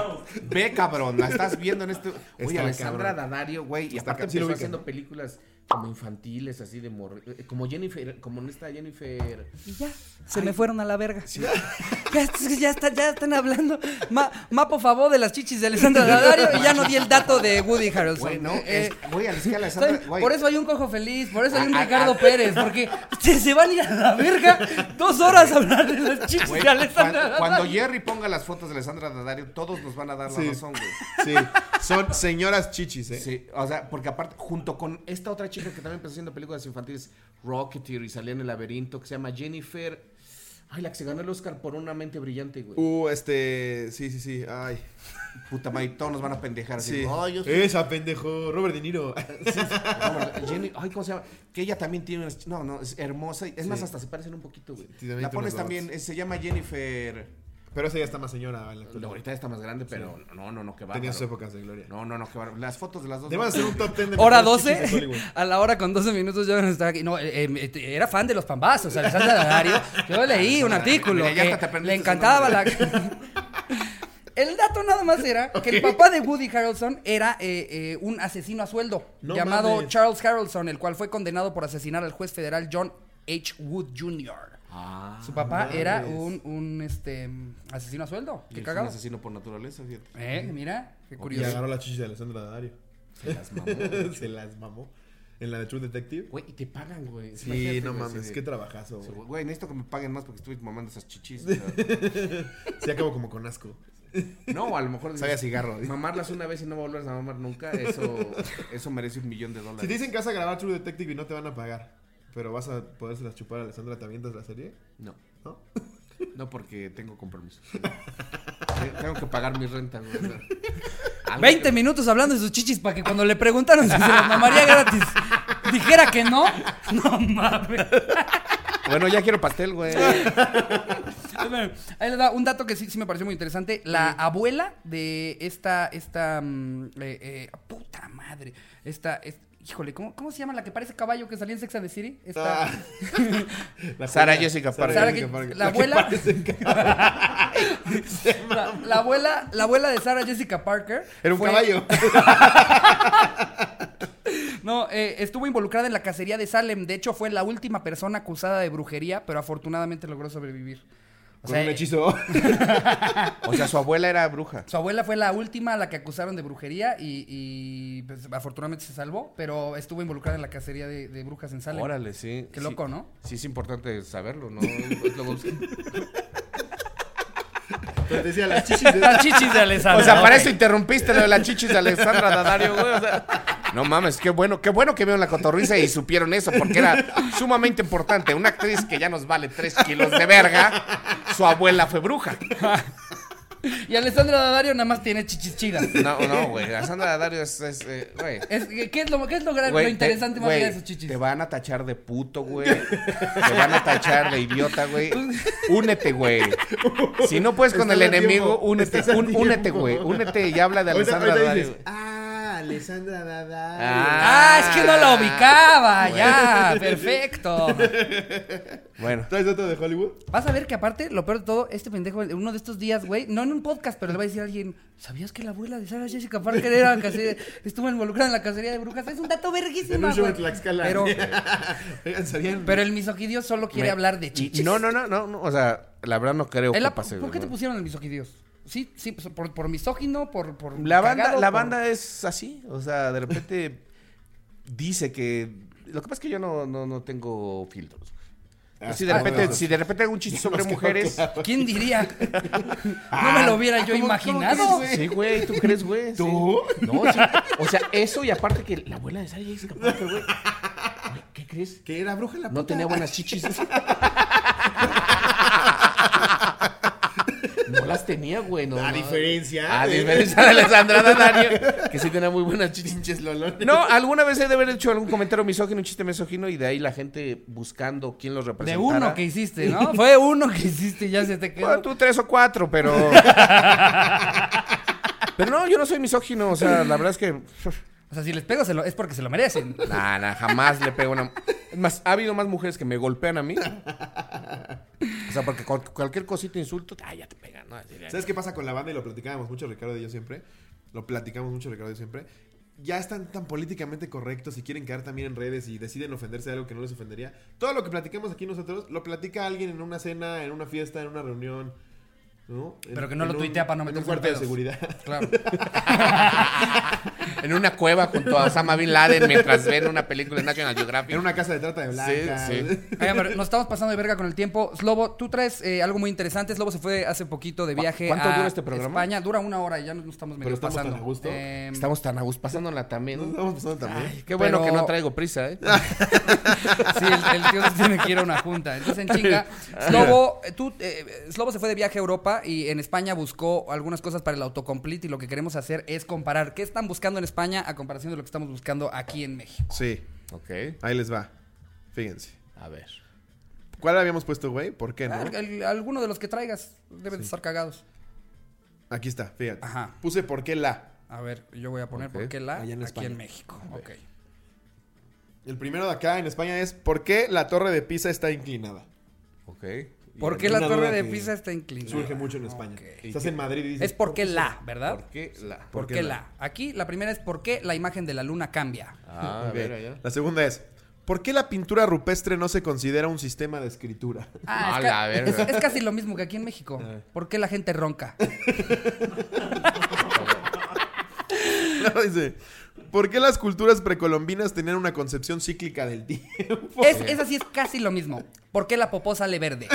B: Ve, cabrón. La estás viendo en este. Oye,
C: Está
B: Alessandra
C: cabrón.
B: Daddario, güey. Y
C: Está
B: aparte
C: cabrón. Sí lo
B: empezó
C: ubico.
B: haciendo películas como infantiles, así de mor... eh, Como Jennifer. Como en esta Jennifer.
A: Y ya, se me fueron a la verga. Ya, ya está- ya están hablando. Ma, ma, por favor, de las chichis de Alessandra Daddario. Y ya no di el dato de Woody Harrelson.
B: Güey, no.
A: Eh,
B: es- Güey, es que Alessandra.
A: ¿saben?
B: güey,
A: Por eso hay un cojo feliz, por eso hay un
B: Ah, ah,
A: Ricardo
B: ah.
A: Pérez, porque se, se van a ir a la verga dos horas a hablar de las chichis
B: güey,
A: de Alessandra
B: cuando,
A: Daddario.
B: cuando Jerry ponga las fotos de Alessandra Daddario, todos nos van a dar la
C: Sí.
B: razón, güey.
C: Sí. Son señoras chichis, ¿eh?
B: Sí, o sea, porque aparte, junto con esta otra chica que también empezó haciendo películas infantiles, Rocketeer y salía en el laberinto, que se llama Jennifer. Ay, la que se ganó el Oscar por una mente brillante, güey.
C: Uh, este. Sí, sí, sí. Ay.
B: Puta madre, todos nos van a pendejar. Así,
C: Sí.
B: Ay, yo soy-
C: Esa pendejo. Robert De Niro.
B: Robert- Jenny, ay, ¿cómo se llama? Que ella también tiene unas. No, no, es hermosa. y- Es más,
C: Sí.
B: hasta se parecen un poquito, güey.
C: Sí, también
B: la
C: tiene
B: pones
C: unos
B: también, eh, se llama Jennifer.
C: Pero esa ya está más señora. en la actualidad.
B: Ahorita está más grande, pero no, no, no, que va.
C: Tenía sus épocas de gloria.
B: No, no, no, que va. Las fotos de las dos.
C: Debemos hacer un top 10 de
A: Hora
C: mejores chichis de
A: 12,
C: Hollywood.
A: a la hora con 12 minutos ya van a estar aquí. No, eh, eh, era fan de los pambazos, Alessandra Daddario. Yo leí un artículo
B: Mira, Ah, ya este
A: que
B: hasta te
A: le
B: aprendiste su
A: encantaba la... El dato nada más era que el papá de Woody Harrelson era eh, eh, un asesino a sueldo
C: No
A: llamado
C: mames.
A: Charles Harrelson, el cual fue condenado por asesinar al juez federal John H. Wood Jr.
B: Ah,
A: Su papá
C: mames.
A: era un, un, este, asesino a sueldo.
B: y
A: Qué
B: es un
A: cagado.
B: asesino por naturaleza, fíjate.
A: Eh, mira, qué
C: Y
A: curioso.
C: agarró la chichis de Alessandra Daddario.
B: Se las mamó.
C: Se las mamó. En la de True Detective.
B: Güey, y te pagan, güey.
C: Sí,
B: Imagínate,
C: no
B: güey,
C: mames.
B: así
C: Qué
B: de-
C: trabajazo, güey.
B: Güey, necesito que me paguen más porque estuve mamando esas chichis. o sea.
C: Sí, acabo como con asco.
B: No, a lo mejor
C: Sabe a cigarro.
B: Mamarlas una vez y no volverlas a mamar nunca, eso, eso merece un millón de dólares.
C: Si te dicen que vas a grabar True Detective y no te van a pagar, pero vas a podérselas chupar a Alessandra, ¿te avientas la serie?
B: No,
C: ¿No?
B: no porque tengo compromiso. tengo que pagar mi renta, güey.
A: 20 minutos hablando de sus chichis para que cuando le preguntaron si se las mamaría gratis, dijera que no. No mames.
B: Bueno, ya quiero pastel, güey.
A: Ahí les da un dato que sí, sí me pareció muy interesante. La abuela de esta, esta, mm, eh, eh, puta madre. Esta, es- híjole, ¿cómo, ¿cómo se llama la que parece caballo que salió en Sex and the City? Esta,
C: Ah, la
B: Sara
C: jodida.
B: Jessica
C: Sara
B: Parker.
A: Sara
C: Jessica
A: que-
C: Parker.
A: la
C: que
A: abuela-
C: parece ca-
A: la, la abuela, la abuela de Sarah Jessica Parker.
C: Era un
A: fue-
C: caballo.
A: No, eh, estuvo involucrada en la cacería de Salem. De hecho, fue la última persona acusada de brujería, pero afortunadamente logró sobrevivir. O
C: Con
A: sea,
C: un hechizo.
B: O sea, su abuela era bruja.
A: Su abuela fue la última a la que acusaron de brujería y, y, pues, afortunadamente se salvó, pero estuvo involucrada en la cacería de, de brujas en Salem.
B: Órale, sí.
A: Qué
B: Sí.
A: loco, ¿no?
B: Sí, es importante saberlo, ¿no? Es lo- o
C: Pero te decía, las chichis de...
A: Las chichis de Alessandra.
B: sea,
A: ok.
B: para eso interrumpiste lo de las chichis de Alessandra Daddario, güey. o sea. No mames, qué bueno, qué bueno que vieron la cotorriza y supieron eso, porque era sumamente importante. Una actriz que ya nos vale tres kilos de verga, su abuela fue bruja.
A: Y Alessandra Daddario nada más tiene chichis chidas.
B: No, no, güey. La Sandra Dario es, es, eh, güey.
A: Es- ¿qué, es lo, ¿Qué es lo, gran-
B: Güey,
A: lo
B: te-
A: interesante más
B: güey,
A: allá de sus chichis?
B: Te van a tachar de puto, güey. Te van a tachar de idiota, güey. Únete, güey. Si no puedes pues con
C: Estás
B: el
C: a tiempo,
B: enemigo, únete,
C: estás a
B: un- únete,
C: tiempo.
B: güey. Únete y habla de
C: Ahorita-
B: Alessandra
C: ahorita
B: Dario.
C: dices, Ah, Alessandra Dadá.
A: Ah, es que no la ubicaba, ya, perfecto.
B: Bueno,
C: ¿Traes otro de Hollywood?
A: Vas a ver que aparte, lo peor de todo, este pendejo, en uno de estos días, güey, no en un podcast, pero le va a decir a alguien, ¿sabías que la abuela de Sarah Jessica Parker era case- estuvo involucrada en la cacería de brujas? Es un dato
C: En
A: verguísima,
C: un show
A: güey.
C: en Tlaxcala.
A: Pero,
C: Oigan, ¿sabían?
A: pero el misoquidios solo quiere
B: Me-
A: hablar de chichis.
B: no, no, no, no, no, o sea, la verdad no creo
A: El
B: que
A: ap-
B: pase.
A: ¿Por qué te
B: ¿no?
A: pusieron el misoquidios? Sí, sí, pues, por, por misógino, por, por
B: La banda,
A: cagado,
B: la
A: por-
B: banda es así, o sea, de repente dice que... Lo que pasa es que yo no, no, no tengo filtros.
C: Ah,
B: Si de
C: ah,
B: repente,
C: bueno.
B: si de repente hago un chiste sobre mujeres...
A: ¿Quién diría? No
B: Ah,
A: me lo hubiera yo imaginado.
B: Sí, güey, ¿tú crees, güey?
C: ¿Tú?
B: Sí. No, sí. O sea, eso y aparte que la abuela de Sara Jessica Parker, güey. Ay, ¿Qué crees?
C: Que era bruja la
B: No tenía buenas chichis. No las tenía, güey. No,
C: A
B: no.
C: diferencia
B: A
C: de-
B: diferencia de Alessandra Danario, que sí tenía muy buenas chichis.
C: Pinches lolones.
B: No, alguna vez he de haber hecho algún comentario misógino, un chiste misógino, y de ahí la gente buscando quién los
A: De
B: representara.
A: uno que hiciste, ¿no? Fue uno que hiciste y ya se te
B: Bueno,
A: quedó.
B: tú tres o cuatro, pero... Pero no, yo no soy misógino, o sea, la verdad es que...
A: O sea, si les pego se lo- es porque se lo merecen.
B: Nah, nah, jamás le pego una. Es más, ha habido más mujeres que me golpean a mí. O sea, porque cual- cualquier cosita insulto, ah, ya te pegan, ¿no? Así de-
C: ¿Sabes qué pasa con la banda? Y lo platicábamos mucho Ricardo y yo siempre. Lo platicamos mucho Ricardo y yo siempre. Ya están tan políticamente correctos y quieren quedar también en redes y deciden ofenderse de algo que no les ofendería. Todo lo que platicamos aquí nosotros lo platica alguien en una cena, en una fiesta, en una reunión. ¿no? En-
A: Pero que no
C: en
A: lo
C: un-
A: tuitea para no
C: en un
A: meterse en
C: cuarto de
A: pedos.
C: seguridad.
A: Claro.
B: En una cueva junto a Osama Bin Laden mientras ven una película de National Geographic.
C: en una casa de trata de blancas.
B: Sí, sí.
A: Oigan, pero nos estamos pasando de verga con el tiempo. Slobo, tú traes eh, algo muy interesante. Slobo se fue hace poquito de viaje
B: cuánto
A: a
B: dura este programa?
A: España. Dura una hora y ya nos estamos medio
C: estamos tan
A: pasando.
C: a gusto.
A: Eh,
B: Estamos tan a gusto pasándola también.
C: em. Nos Ah. estamos pasando también.
B: Qué bueno
A: Pero-
B: que no traigo prisa, ¿eh?
A: Sí, el, el tío se tiene que ir a una junta. Entonces, en chinga, Slobo, eh, tú, eh, Slobo se fue de viaje a Europa y en España buscó algunas cosas para el autocomplete y lo que queremos hacer es comparar qué están buscando en España a comparación de lo que estamos buscando aquí en México.
C: Sí,
B: Ok,
C: ahí les va. Fíjense.
B: a ver.
C: ¿Cuál habíamos puesto, güey? ¿Por qué no?
A: Al- al- alguno de los que traigas deben de estar cagados.
C: Aquí está, fíjate.
A: Ajá.
C: Puse por qué la.
A: A ver, yo voy a poner
B: Ok.
A: por qué la
C: Allá en
A: aquí
C: España.
A: en México. Ok.
C: El primero de acá en España es ¿por qué la torre de Pisa está inclinada?
B: Ok.
A: ¿Por qué
C: una
A: la torre
C: duda
A: de
C: que
A: Pisa está inclinada?
C: Surge mucho en España.
A: Ok.
C: Estás en Madrid y dices.
A: Es porque la, ¿verdad?
B: ¿Por qué la?
A: ¿Por qué la? Aquí la primera es por qué la imagen de la luna cambia.
B: Ah, a
C: Ok.
B: ver, allá.
C: La segunda es ¿por qué la pintura rupestre no se considera un sistema de escritura?
A: Ah,
B: A
A: es,
B: la
A: ca-
B: verga.
A: es- es casi lo mismo que aquí en México.
C: Ah.
A: ¿Por qué la gente ronca?
C: Luego dice ¿por qué las culturas precolombinas tenían una concepción cíclica del tiempo?
A: Es, es así, es casi lo mismo. ¿Por qué la popó sale verde?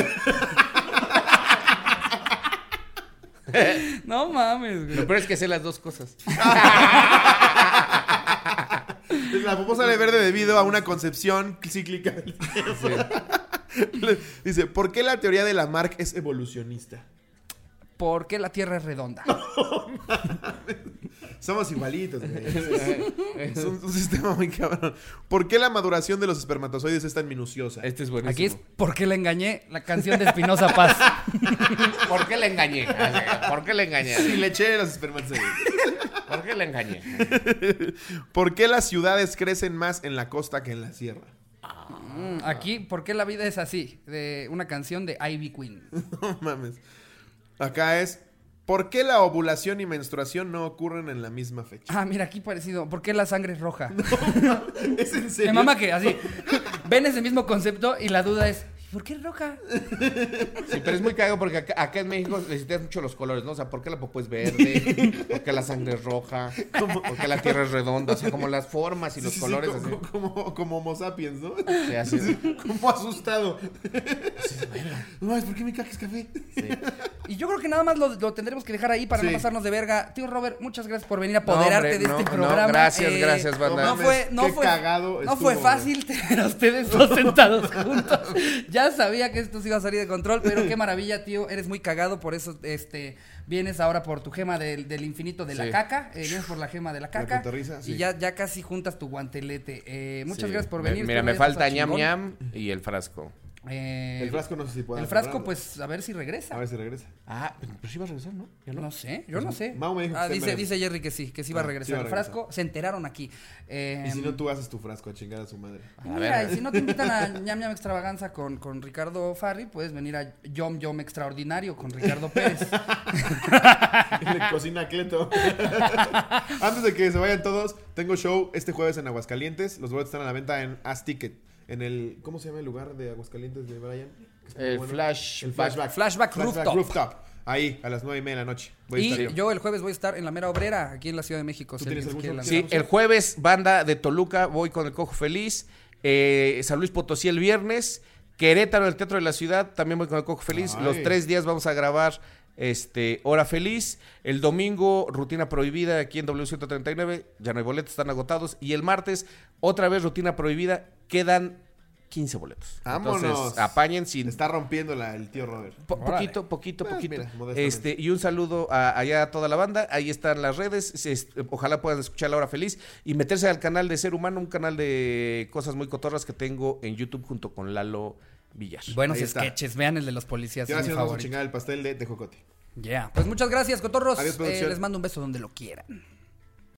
A: no mames,
B: Lo
A: güey.
B: peor es que sé las dos cosas.
C: La popó sale verde debido a una concepción cíclica del tiempo. Dice, ¿por qué la teoría de Lamarck es evolucionista?
A: ¿Por qué la tierra es redonda?
C: Somos igualitos, güey. Es un, un sistema muy cabrón. ¿Por qué la maduración de los espermatozoides es tan minuciosa?
B: Este es
A: Aquí
B: buenísimo.
A: es ¿Por qué la engañé? La canción de Espinosa Paz.
B: ¿Por qué la engañé? ¿Por qué la engañé?
C: Si le eché los espermatozoides.
B: ¿Por qué la engañé?
C: ¿Por qué las ciudades crecen más en la costa que en la sierra?
A: Mm, Aquí, ¿por qué la vida es así? De una canción de Ivy Queen.
C: No mames. Acá es. ¿Por qué la ovulación y menstruación no ocurren en la misma fecha?
A: Ah, mira, aquí parecido. ¿Por qué la sangre es roja?
C: ¿Es en
A: Me
C: serio?
A: mama que así. Ven ese mismo concepto y la duda es, ¿por qué es roja?
B: Sí, pero es muy cagado porque acá, acá en México necesitas mucho los colores, ¿no? O sea, ¿por qué la popó es verde? ¿Por qué la sangre es roja? ¿Por qué la tierra es redonda? O sea, como las formas y
C: Sí,
B: los
C: sí, sí,
B: colores.
C: co-
B: así.
C: co- como, como, Homo sapiens, ¿no?
B: Sí, así es.
C: Como asustado. No mames, ¿por qué me cajes café?
A: Y yo creo que nada más lo, lo tendremos que dejar ahí para no
C: Sí.
A: pasarnos de verga. Tío Robert, muchas gracias por venir a
B: No,
A: apoderarte
B: hombre,
A: de
B: no,
A: este
B: no,
A: programa.
B: gracias, gracias, banda.
A: No fue, no
C: Qué
A: fue,
C: cagado
A: no fue
C: estuvo,
A: fácil tener a ustedes dos sentados juntos. Ya sabía que esto se iba a salir de control, pero qué maravilla, tío. Eres muy cagado, por eso este vienes ahora por tu gema del, del infinito de la
B: Sí.
A: caca. Eh, vienes por la gema de la caca.
C: cotorriza, sí.
A: Y ya, ya casi juntas tu guantelete. Eh, muchas
B: Sí.
A: gracias por
B: Me-
A: venir.
B: Mira,
A: Espero
B: me
A: hayas pasado
B: falta ñam
A: chingón.
B: ñam y el frasco.
A: Eh,
C: El frasco no sé si pueda
A: El frasco,
C: cobrarlo.
A: pues, a ver si regresa.
C: A ver si regresa.
B: Ah, pero, pero sí va a regresar, ¿no? Ya no.
A: No sé, yo no sé.
C: Pues Mau me dijo que
A: ah,
C: está en
A: dice,
C: veremos.
A: dice Jerry que sí, que sí va a
C: Ah,
A: regresar
C: sí va a
A: el
C: regresar.
A: frasco. Se enteraron aquí. Eh,
C: Y si no, tú haces tu frasco a chingar a su madre.
A: y mira, y si no te invitan a ñam ñam extravaganza con, con Ricardo Farri, puedes venir a Yom Yom Extraordinario con Ricardo Pérez.
C: Y le cocina a Cleto. Antes de que se vayan todos, tengo show este jueves en Aguascalientes. Los boletos están a la venta en As Ticket. En el. ¿Cómo se llama el lugar de Aguascalientes de Brian? Que está muy
B: El flashback.
A: Flashback Rooftop.
C: Ahí, a las nueve y media de la noche. Voy a estar
A: y yo el jueves voy a estar en la mera obrera, aquí en la Ciudad de México. si
C: tienes
A: alguien
C: algún
A: se
C: show?
A: quiere
B: Sí, el jueves, banda de Toluca, voy con el Cojo Feliz. Eh, San Luis Potosí el viernes. Querétaro, el Teatro de la Ciudad, también voy con el Cojo Feliz.
C: Ay.
B: Los tres días vamos a grabar este Hora Feliz. El domingo, Rutina Prohibida aquí en W139. Ya no hay boletos, están agotados. Y el martes, otra vez Rutina Prohibida. Quedan 15 boletos.
C: Vámonos.
B: Entonces, apañen sin...
C: Está rompiéndola el tío Robert.
B: Po-
A: Órale.
B: poquito, poquito,
C: Pues,
B: poquito.
C: mira, modestamente.
B: este, y un saludo a, allá a toda la banda. Ahí están las redes. Se- es- ojalá puedan escuchar La Hora Feliz y meterse al canal de Ser Humano, un canal de cosas muy cotorras que tengo en YouTube junto con Lalo Villar.
A: ir. Buenos
C: Ahí está.
A: sketches, vean el de los policías.
C: Y ahora
A: es
C: sí
A: mi
C: nos vamos a
A: favorito.
C: chingar el pastel de Tejocote.
A: Ya, pues muchas gracias, cotorros.
C: Adiós,
A: Eh,
C: producción.
A: les mando un beso donde lo quieran.